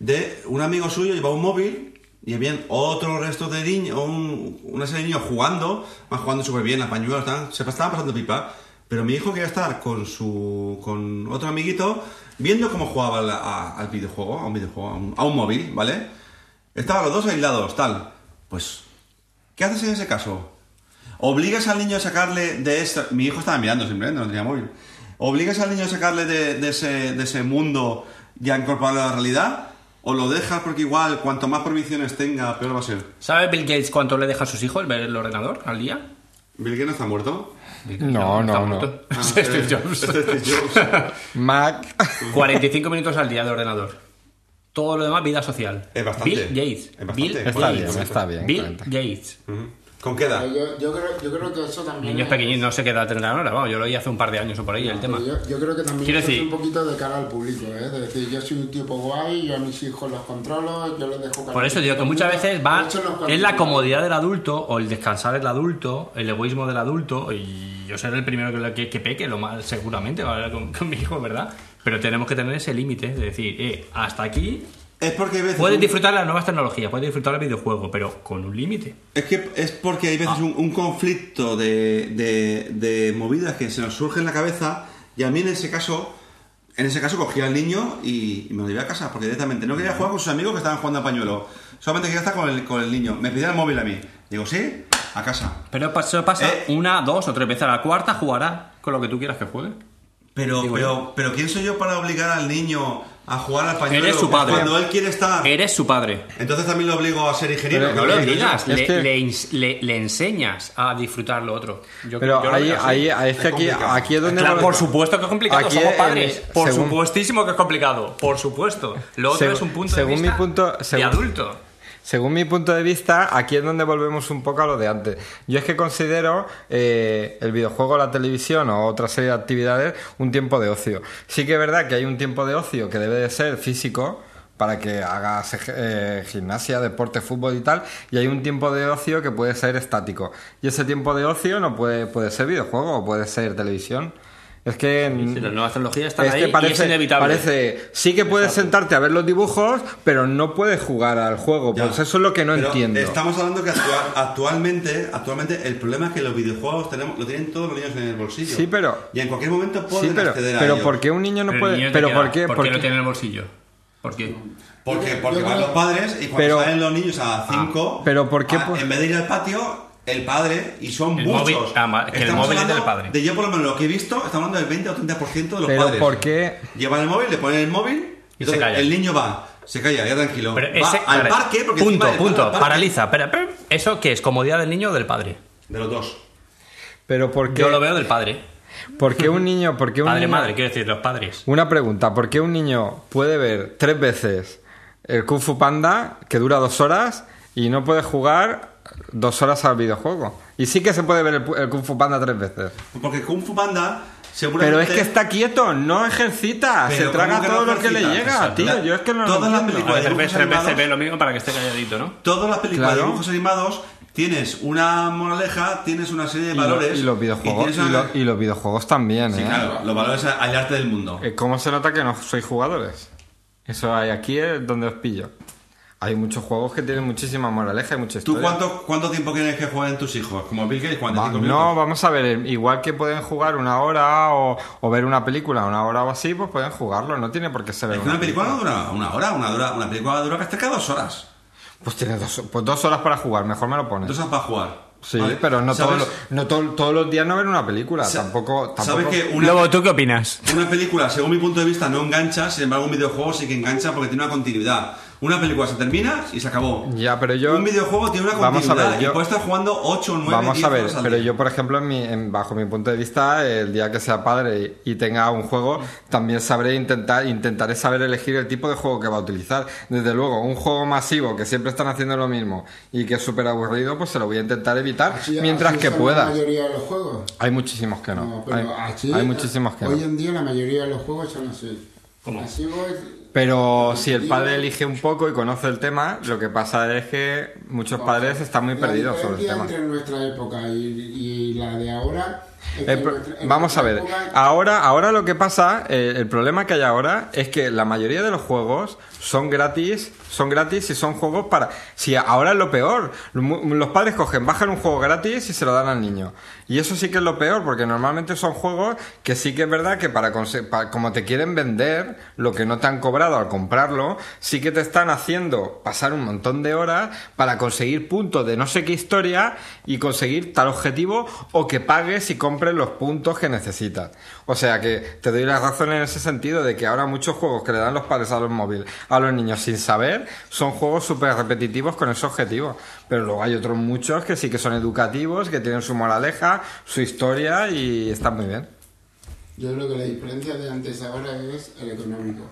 Speaker 3: de un amigo suyo llevaba un móvil y habían otro resto de niños, un, una serie de niños jugando, van jugando súper bien, a pañuelos, tal, se estaban pasando pipa. Pero mi hijo quería estar con su con otro amiguito viendo cómo jugaba al, a- al videojuego, a un videojuego, a un, a un móvil, ¿vale? Estaban los dos aislados, tal. Pues, ¿qué haces en ese caso? Obligas al niño a sacarle de esta... Mi hijo estaba mirando simplemente, no tenía móvil. ¿Obligas al niño a sacarle de, de ese, de ese mundo y a incorporarlo a la realidad? ¿O lo dejas porque igual, cuanto más prohibiciones tenga, peor va a ser?
Speaker 1: ¿Sabe Bill Gates cuánto le deja a sus hijos el ver el ordenador al día?
Speaker 3: ¿Bill Gates no está muerto?
Speaker 1: está
Speaker 2: No, no, no.
Speaker 1: muerto. [LAUGHS]
Speaker 3: Ah,
Speaker 1: Steve
Speaker 3: eh,
Speaker 1: Jobs.
Speaker 3: Steve
Speaker 1: [LAUGHS]
Speaker 3: Jobs.
Speaker 2: Mac,
Speaker 1: 45 minutos al día de ordenador. Todo lo demás, vida social.
Speaker 3: Es bastante.
Speaker 1: Bill Gates.
Speaker 3: Es bastante.
Speaker 1: Bill
Speaker 2: está
Speaker 1: Gates.
Speaker 2: bien, está bien.
Speaker 1: Bill
Speaker 2: 40.
Speaker 1: Gates.
Speaker 3: ¿Con qué edad?
Speaker 5: Yo, yo creo, yo creo que eso también.
Speaker 1: Niños
Speaker 5: es-
Speaker 1: pequeños, no sé qué edad tendrán ahora. Vamos, yo lo oí hace un par de años o por ahí el tema.
Speaker 5: Yo, yo creo que también
Speaker 1: Quiero
Speaker 5: eso es
Speaker 1: decir-
Speaker 5: un poquito de cara al público, ¿eh? De decir, yo soy un tipo guay, yo a mis hijos los controlo, yo les dejo cargar
Speaker 1: Por eso digo que
Speaker 5: con
Speaker 1: muchas
Speaker 5: comida.
Speaker 1: veces va.
Speaker 5: De hecho, los
Speaker 1: Es la
Speaker 5: controlo.
Speaker 1: comodidad del adulto, o el descansar del adulto, el egoísmo del adulto. Y yo seré el primero que, que, que peque, lo más seguramente, ¿vale? con, [LAUGHS] con mi hijo, ¿verdad? Pero tenemos que tener ese límite de decir, eh, hasta aquí.
Speaker 3: Es porque hay veces...
Speaker 1: Puedes
Speaker 3: un-
Speaker 1: disfrutar las nuevas tecnologías, puedes disfrutar el videojuego, pero con un límite.
Speaker 3: Es que es porque hay
Speaker 1: Ah.
Speaker 3: veces un, un conflicto de, de- de movidas que se nos surge en la cabeza y a mí en ese caso, en ese caso cogía al niño y, y me lo llevé a casa porque directamente no quería jugar con sus amigos que estaban jugando a pañuelo. Solamente quería estar con el, con el niño. Me pidieron el móvil a mí. Digo, sí, a casa.
Speaker 1: Pero pa- eso pasa
Speaker 3: Eh.
Speaker 1: una, dos o tres veces. A la cuarta jugará con lo que tú quieras que juegue.
Speaker 3: Pero,
Speaker 1: Digo
Speaker 3: pero, pero ¿quién soy yo para obligar al niño a jugar al pañuelo
Speaker 1: Eres su padre.
Speaker 3: cuando él quiere estar?
Speaker 1: Eres su padre.
Speaker 3: Entonces también lo obligo a ser ingeniero.
Speaker 2: Pero
Speaker 1: No
Speaker 3: que
Speaker 1: lo
Speaker 3: hablo de-
Speaker 1: digas,
Speaker 2: Ah. Es
Speaker 1: le,
Speaker 2: que-
Speaker 1: le ins- le- le enseñas a disfrutar lo otro. Yo-
Speaker 2: pero
Speaker 1: yo lo
Speaker 2: ahí,
Speaker 1: veo así.
Speaker 2: ahí, ahí es que
Speaker 3: Es
Speaker 2: aquí,
Speaker 3: complicado.
Speaker 2: aquí es donde...
Speaker 1: Claro, por
Speaker 2: volvemos-
Speaker 1: supuesto que es complicado,
Speaker 2: Aquí
Speaker 1: somos
Speaker 2: en-
Speaker 1: padres. por
Speaker 2: según-
Speaker 1: supuestísimo que es complicado, por supuesto. Lo otro
Speaker 2: Segu-
Speaker 1: es un punto
Speaker 2: según
Speaker 1: de
Speaker 2: mi
Speaker 1: vista
Speaker 2: punto-
Speaker 1: de
Speaker 2: según-
Speaker 1: adulto.
Speaker 2: Según mi punto de vista, aquí es donde volvemos un poco a lo de antes. Yo es que considero eh, el videojuego, la televisión o otra serie de actividades un tiempo de ocio. Sí que es verdad que hay un tiempo de ocio que debe de ser físico para que hagas ej- eh, gimnasia, deporte, fútbol y tal, y hay un tiempo de ocio que puede ser estático. Y ese tiempo de ocio no puede, puede ser videojuego o puede ser televisión. Es que...
Speaker 1: Sí, las nuevas tecnologías están
Speaker 2: es
Speaker 1: ahí
Speaker 2: que
Speaker 1: y
Speaker 2: parece,
Speaker 1: es inevitable.
Speaker 2: parece- Eh, sí que puedes sentarte a ver los dibujos, pero no puedes jugar al juego.
Speaker 3: Ya.
Speaker 2: Pues eso es lo que no
Speaker 3: Pero
Speaker 2: entiendo.
Speaker 3: Estamos hablando que actua- actualmente, actualmente el problema es que los videojuegos tenemos, lo tienen todos los niños en el bolsillo.
Speaker 2: Sí, pero-
Speaker 3: Y en cualquier momento pueden
Speaker 2: Sí, pero,
Speaker 3: acceder a
Speaker 2: pero
Speaker 3: ellos.
Speaker 2: ¿por qué un niño no puede? pero ¿por qué?
Speaker 1: Porque
Speaker 2: por
Speaker 1: lo
Speaker 2: qué?
Speaker 1: tiene en el bolsillo. Porque
Speaker 3: Porque,
Speaker 5: Yo-
Speaker 3: porque
Speaker 5: yo
Speaker 3: van
Speaker 5: creo-
Speaker 3: los padres y cuando
Speaker 2: Pero- ah,
Speaker 3: salen los niños a 5,
Speaker 2: pero ¿por qué po-
Speaker 3: en vez de ir al patio, el padre, y son
Speaker 1: El
Speaker 3: muchos.
Speaker 1: móvil- ah, ma- que el
Speaker 3: Estamos
Speaker 1: móvil es del
Speaker 3: hablando
Speaker 1: padre.
Speaker 3: De yo, por lo menos, lo que he visto, estamos hablando del 20 o 30% de los
Speaker 2: Pero
Speaker 3: padres.
Speaker 2: ¿por qué?
Speaker 3: Llevan el móvil, le ponen el móvil,
Speaker 1: Y se
Speaker 3: entonces
Speaker 1: calla.
Speaker 3: el niño va, se calla, ya tranquilo.
Speaker 1: Pero
Speaker 3: va
Speaker 1: ese-
Speaker 3: al
Speaker 1: vale.
Speaker 3: parque porque encima
Speaker 1: punto,
Speaker 3: le pagan al
Speaker 1: punto,
Speaker 3: parque.
Speaker 1: paraliza. Espera, espera. ¿Eso qué es? ¿Comodidad del niño o del padre?
Speaker 3: De los dos.
Speaker 2: Pero ¿por qué?
Speaker 1: Yo lo veo del padre. [LAUGHS]
Speaker 2: ¿Por qué un niño? ¿Por qué un
Speaker 1: Padre,
Speaker 2: niño-
Speaker 1: madre, quiero decir, los padres.
Speaker 2: Una pregunta, ¿por qué un niño puede ver tres veces el Kung Fu Panda, que dura dos horas y no puedes jugar dos horas al videojuego. Y sí que se puede ver el, pu- el Kung Fu Panda tres veces.
Speaker 3: Porque Kung Fu Panda seguramente...
Speaker 2: Pero es que está quieto, no ejercita,
Speaker 3: Pero
Speaker 2: se traga
Speaker 3: ¿cómo que no
Speaker 2: todo lo que le
Speaker 3: ejercita?
Speaker 2: llega,
Speaker 3: Exacto.
Speaker 2: tío.
Speaker 3: La-
Speaker 2: Yo es que no
Speaker 3: todas
Speaker 2: lo
Speaker 3: las
Speaker 1: A
Speaker 2: entiendo.
Speaker 3: películas-
Speaker 1: veces
Speaker 3: dibujos
Speaker 1: ves tres veces
Speaker 3: animados.
Speaker 1: ve lo mismo para que esté calladito, ¿no?
Speaker 3: Todas las películas
Speaker 2: Claro.
Speaker 3: de dibujos animados tienes una moraleja, tienes una serie de
Speaker 2: Y lo-
Speaker 3: valores...
Speaker 2: Y los videojuegos,
Speaker 3: tienes una-
Speaker 2: y lo- y los videojuegos también,
Speaker 3: Sí,
Speaker 2: ¿eh?
Speaker 3: claro, los valores al arte del mundo.
Speaker 2: Eh, ¿Cómo se nota que no sois jugadores? Eso hay aquí es donde os pillo. Hay muchos juegos que tienen muchísima moraleja y mucha
Speaker 3: ¿Tú
Speaker 2: historia.
Speaker 3: cuánto, cuánto tiempo quieres que jueguen tus hijos? ¿Como Bill Gates?
Speaker 2: Va-
Speaker 3: 45 minutos.
Speaker 2: no, vamos a ver, eh, igual que pueden jugar una hora o, o ver una película una hora o así, pues pueden jugarlo, no tiene por qué ser
Speaker 3: Es que una película no dura una hora, una, dura, una película dura hasta cada dos horas.
Speaker 2: Pues tienes dos, pues dos horas para jugar, mejor me lo pones.
Speaker 3: Dos horas para jugar.
Speaker 2: Sí,
Speaker 3: ¿Vale?
Speaker 2: pero no, todos
Speaker 3: ¿Sabes?
Speaker 2: los- no to- todos los días no ver una película,
Speaker 3: Sa-
Speaker 2: tampoco, tampoco...
Speaker 3: ¿Sabes que una,
Speaker 1: Lobo, ¿tú qué opinas?
Speaker 3: una película, según mi punto de vista, no engancha? Sin embargo, un videojuego sí que engancha porque tiene una continuidad. Una película se termina y se acabó.
Speaker 2: Ya, pero yo-
Speaker 3: Un videojuego tiene una
Speaker 2: Vamos a
Speaker 3: continuidad
Speaker 2: ver, yo-
Speaker 3: y puedes estar jugando 8 o 9
Speaker 2: Vamos a ver, pero yo, por ejemplo, en mi- en- bajo mi punto de vista, el día que sea padre y, y tenga un juego, también sabré intentar, intentaré saber elegir el tipo de juego que va a utilizar. Desde luego, un juego masivo que siempre están haciendo lo mismo y que es súper aburrido, pues se lo voy a intentar evitar
Speaker 5: Así-
Speaker 2: mientras
Speaker 5: así
Speaker 2: que
Speaker 5: son La
Speaker 2: pueda.
Speaker 5: mayoría de los juegos.
Speaker 2: Hay muchísimos que no.
Speaker 5: No, pero
Speaker 2: hay,
Speaker 5: así-
Speaker 2: hay muchísimos que
Speaker 5: Hoy
Speaker 2: no.
Speaker 5: en día la mayoría de los juegos son así. Así voy-
Speaker 2: Pero si el padre elige un poco y conoce el tema, lo que pasa es que muchos padres están muy
Speaker 5: la
Speaker 2: perdidos sobre el
Speaker 5: diferencia
Speaker 2: tema.
Speaker 5: entre nuestra época y, y la de ahora. es que
Speaker 2: El
Speaker 5: en
Speaker 2: pro-
Speaker 5: nuestra- en
Speaker 2: Eh, vamos a
Speaker 5: nuestra
Speaker 2: ver. ah.
Speaker 5: época-
Speaker 2: Ahora, ahora lo que pasa, eh, el problema que hay ahora es que la mayoría de los juegos son gratis, son gratis y son juegos para. Si ahora es lo peor, Mu- los padres cogen, bajan un juego gratis y se lo dan al niño. Y eso sí que es lo peor, porque normalmente son juegos que sí que es verdad que para, conse- pa- como te quieren vender lo que no te han cobrado al comprarlo, sí que te están haciendo pasar un montón de horas para conseguir puntos de no sé qué historia y conseguir tal objetivo o que pagues y compres los puntos que necesitas. O sea que te doy la razón en ese sentido de que ahora muchos juegos que le dan los padres a los móviles, a los niños sin saber, son juegos súper repetitivos con ese objetivo. Pero luego hay otros muchos que sí que son educativos, que tienen su moraleja, su historia y están muy bien.
Speaker 5: Yo creo que la diferencia de antes y ahora es el económico.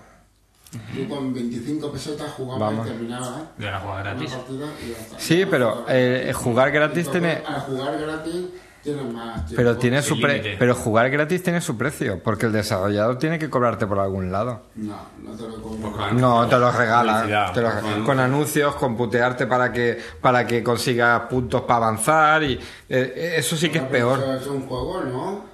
Speaker 5: Tú con 25 pesetas jugabas
Speaker 2: Vamos.
Speaker 5: y terminabas.
Speaker 1: De la jugada
Speaker 5: una
Speaker 1: gratis.
Speaker 5: partida y ya está.
Speaker 2: Sí, pero eh, jugar gratis
Speaker 5: Entonces,
Speaker 2: tiene...
Speaker 5: Al jugar gratis tienes más tiempo.
Speaker 2: Pero tiene
Speaker 1: sin
Speaker 2: su pre-
Speaker 1: límite.
Speaker 2: pero jugar gratis tiene su precio, porque el desarrollador tiene que cobrarte por algún lado.
Speaker 5: No, no te lo compro.
Speaker 2: No, te los
Speaker 1: Publicidad,
Speaker 2: regalan. te los-
Speaker 1: con
Speaker 2: con anuncios, con putearte para que, para que consigas puntos para avanzar y eh, eso sí que es
Speaker 5: Pero
Speaker 2: peor.
Speaker 5: eso Es un juego, ¿no?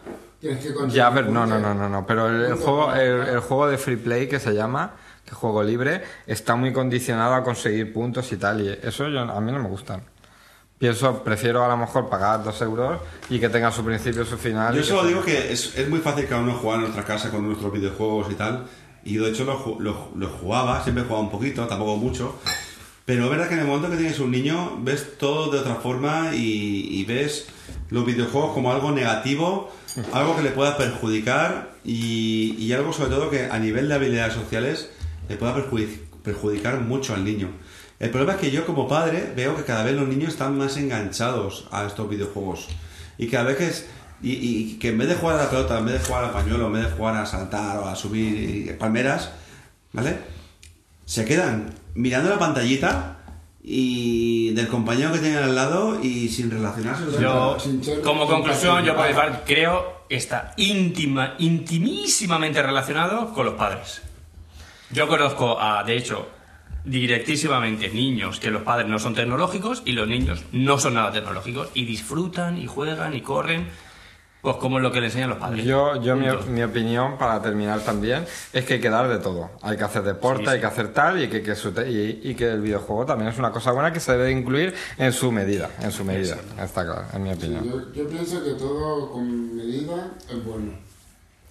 Speaker 5: Tienes que conseguir
Speaker 2: Ya, pero no, no,
Speaker 5: puntos.
Speaker 2: no, no, no. Pero el, el juego, el, el juego de free play que se llama, que juego libre, está muy condicionado a conseguir puntos y tal. Y eso yo, a mí no me gustan. Pienso, prefiero a lo mejor pagar dos euros y que tenga su principio, su final. y
Speaker 3: Yo
Speaker 2: que
Speaker 3: solo
Speaker 2: sea-
Speaker 3: digo que es, es muy fácil cada uno jugar en nuestra casa con nuestros videojuegos y tal. Y yo, de hecho, los ju- los los jugaba, siempre jugaba un poquito, tampoco mucho. Pero es verdad que en el momento que tienes un niño, ves todo de otra forma y, y ves los videojuegos como algo negativo, algo que le pueda perjudicar y, y algo sobre todo que a nivel de habilidades sociales le pueda perjudi- perjudicar mucho al niño. El problema es que yo como padre veo que cada vez los niños están más enganchados a estos videojuegos y que a veces y, y que en vez de jugar a la pelota, en vez de jugar a pañuelo, en vez de jugar a saltar o a subir eh, palmeras, ¿vale? se quedan mirando la pantallita y del compañero que tienen al lado y sin relacionarse.
Speaker 1: Yo,
Speaker 5: Sincero,
Speaker 1: como
Speaker 5: sin
Speaker 1: conclusión, yo
Speaker 5: pasión.
Speaker 1: por mi parte, creo que está íntima, intimísimamente relacionado con los padres. Yo conozco a, de hecho, directísimamente niños que los padres no son tecnológicos y los niños no son nada tecnológicos y disfrutan y juegan y corren, pues como es lo que le enseñan los padres.
Speaker 2: Yo, yo mi,
Speaker 1: Punto.
Speaker 2: [LAUGHS] mi opinión, para terminar también, es que hay que dar de todo. Hay que hacer deporte, hay que hacer tal, y que, que su te- y, y que el videojuego también es una cosa buena que se debe incluir en su medida. En su medida, está claro, en mi opinión.
Speaker 5: Yo, yo pienso que todo con medida es bueno.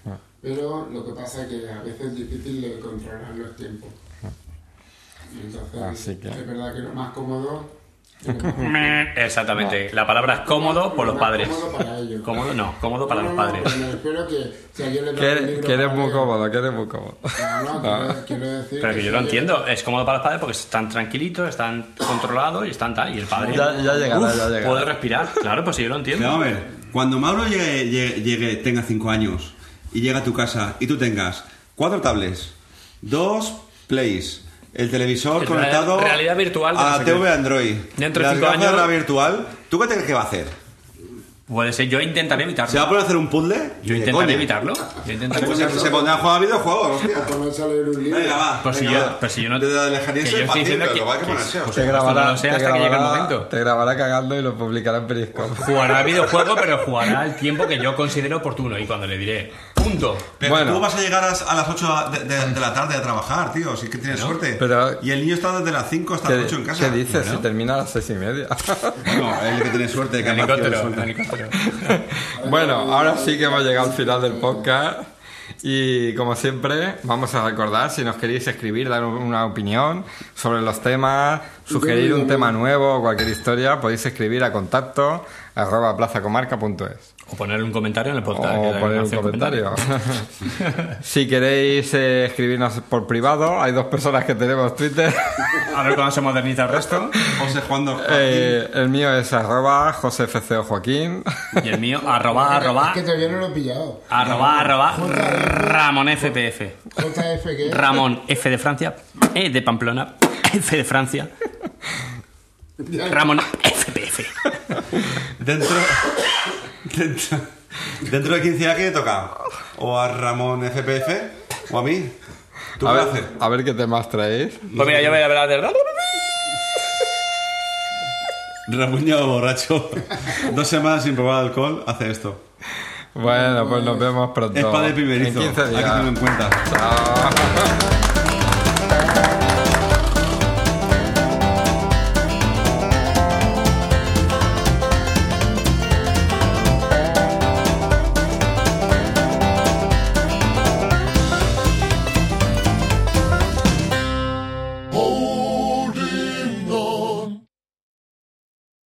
Speaker 2: Ah.
Speaker 5: Pero lo que pasa es que a veces es difícil de controlar los tiempos. Y Entonces,
Speaker 2: Así que-
Speaker 5: es verdad que lo más cómodo.
Speaker 1: [LAUGHS]
Speaker 5: es lo más-
Speaker 1: Exactamente. La palabra es cómodo por
Speaker 5: lo
Speaker 1: los
Speaker 5: más
Speaker 1: padres.
Speaker 5: Cómodo para ellos.
Speaker 1: Cómodo no, cómodo para
Speaker 5: No,
Speaker 1: los
Speaker 5: no, no,
Speaker 1: padres.
Speaker 5: pero me refiero que si ayer le
Speaker 2: Que
Speaker 5: traje un
Speaker 2: eres,
Speaker 5: libro
Speaker 2: que eres
Speaker 5: para
Speaker 2: muy
Speaker 5: leer-
Speaker 2: cómodo, Ah. que eres muy cómodo.
Speaker 5: No, no, quiero, quiero decir.
Speaker 1: Pero que yo lo
Speaker 5: si ayer-
Speaker 1: entiendo, es cómodo para los padres porque están tranquilitos, están controlados y están tal. Y el padre
Speaker 2: Ya- ya llegará,
Speaker 1: Uf,
Speaker 2: ya llegará.
Speaker 1: puede respirar. Claro, pues sí, yo lo entiendo.
Speaker 3: Vamos a ver, cuando Mauro llegue, llegue- llegue- tenga 5 años y llega a tu casa y tú tengas cuatro tablets, dos plays, El televisor
Speaker 1: Es
Speaker 3: conectado
Speaker 1: real- realidad virtual de
Speaker 3: a
Speaker 1: no
Speaker 3: la
Speaker 1: sé
Speaker 3: TV
Speaker 1: qué.
Speaker 3: Android.
Speaker 1: Dentro de
Speaker 3: Las
Speaker 1: cinco
Speaker 3: gafas
Speaker 1: años-
Speaker 3: de realidad virtual, ¿tú qué te crees que va a hacer?
Speaker 1: Puede ser, yo intentaré evitarlo.
Speaker 3: ¿Se va a poner a hacer un puzzle?
Speaker 1: yo
Speaker 3: Ni de
Speaker 1: intentaré
Speaker 3: coña.
Speaker 1: evitarlo. Yo intentaré
Speaker 3: Pues se,
Speaker 1: evitarlo.
Speaker 3: se pondrá a jugar a videojuegos, hostia.
Speaker 5: O ponerse a leer un libro.
Speaker 3: Venga,
Speaker 2: ah,
Speaker 3: va.
Speaker 1: Pues si
Speaker 3: venga,
Speaker 1: yo,
Speaker 3: va.
Speaker 1: pues si yo no
Speaker 3: Desde la lejanía
Speaker 1: que
Speaker 3: soy
Speaker 1: yo estoy
Speaker 3: paciente,
Speaker 1: diciendo
Speaker 3: pero
Speaker 1: que-
Speaker 3: va, que
Speaker 1: que-
Speaker 3: ponerse,
Speaker 1: pues
Speaker 3: hostia.
Speaker 2: Te
Speaker 1: esto
Speaker 2: grabará,
Speaker 1: no lo sé
Speaker 2: te
Speaker 1: hasta que llegue el
Speaker 2: grabará-
Speaker 1: momento.
Speaker 2: Te grabará cagando y lo publicará en Periscope.
Speaker 1: [LAUGHS] Jugará al videojuego, pero jugará el tiempo que yo considero oportuno y cuando le diré, punto.
Speaker 3: Pero
Speaker 2: Bueno.
Speaker 3: tú vas a llegar a, a las 8 de, de- de la tarde a trabajar, tío. Así que tienes suerte.
Speaker 2: pero-
Speaker 3: y el niño está desde las 5 hasta
Speaker 2: ¿Qué,
Speaker 3: las 8 en casa.
Speaker 2: qué dices? Si
Speaker 3: Bueno.
Speaker 2: termina a las seis y
Speaker 1: [LAUGHS]
Speaker 2: media.
Speaker 3: No, es el que tiene suerte. Que ha nacido de
Speaker 1: Helicóptero,
Speaker 3: suerte.
Speaker 1: helicóptero.
Speaker 2: Bueno, ahora sí que hemos llegado al final del podcast. Y como siempre, vamos a recordar, si nos queréis escribir, dar un- una opinión sobre los temas, sugerir un tema nuevo o cualquier historia, podéis escribir a contacto arroba plazacomarca.es
Speaker 1: O ponerle un comentario en el
Speaker 2: o
Speaker 1: portal. que la
Speaker 2: poner un
Speaker 1: grabación
Speaker 2: comentario. [LAUGHS] si queréis eh, escribirnos por privado, hay dos personas que
Speaker 1: [LAUGHS]
Speaker 2: tenemos Twitter.
Speaker 1: A ver cuándo se moderniza el resto.
Speaker 3: José Juan Dorfman.
Speaker 2: Eh, el mío es arroba josefco joaquín.
Speaker 1: Y el mío, arroba, arroba,
Speaker 5: Es que todavía no lo he pillado.
Speaker 1: arroba, arroba, Ramón FPF.
Speaker 5: JF que
Speaker 1: Ramón F de Francia, E de Pamplona, F de Francia,
Speaker 5: Ya,
Speaker 1: Ramón FPF.
Speaker 3: Dentro, dentro, dentro de 15 años, ¿qué le toca? ¿O a Ramón FPF? ¿O a mí? ¿Tú
Speaker 2: A
Speaker 3: qué vas a
Speaker 2: ver,
Speaker 3: hacer?
Speaker 2: a ver qué temas traéis.
Speaker 1: Pues mira, yo voy a hablar de...
Speaker 3: Ramuñado borracho. Dos semanas sin probar alcohol, hace esto.
Speaker 2: Bueno, pues nos vemos pronto.
Speaker 3: Es padre
Speaker 2: En
Speaker 3: primerizo.
Speaker 2: 15
Speaker 3: Hay que tenerlo en
Speaker 2: días.
Speaker 3: cuenta.
Speaker 2: Chao.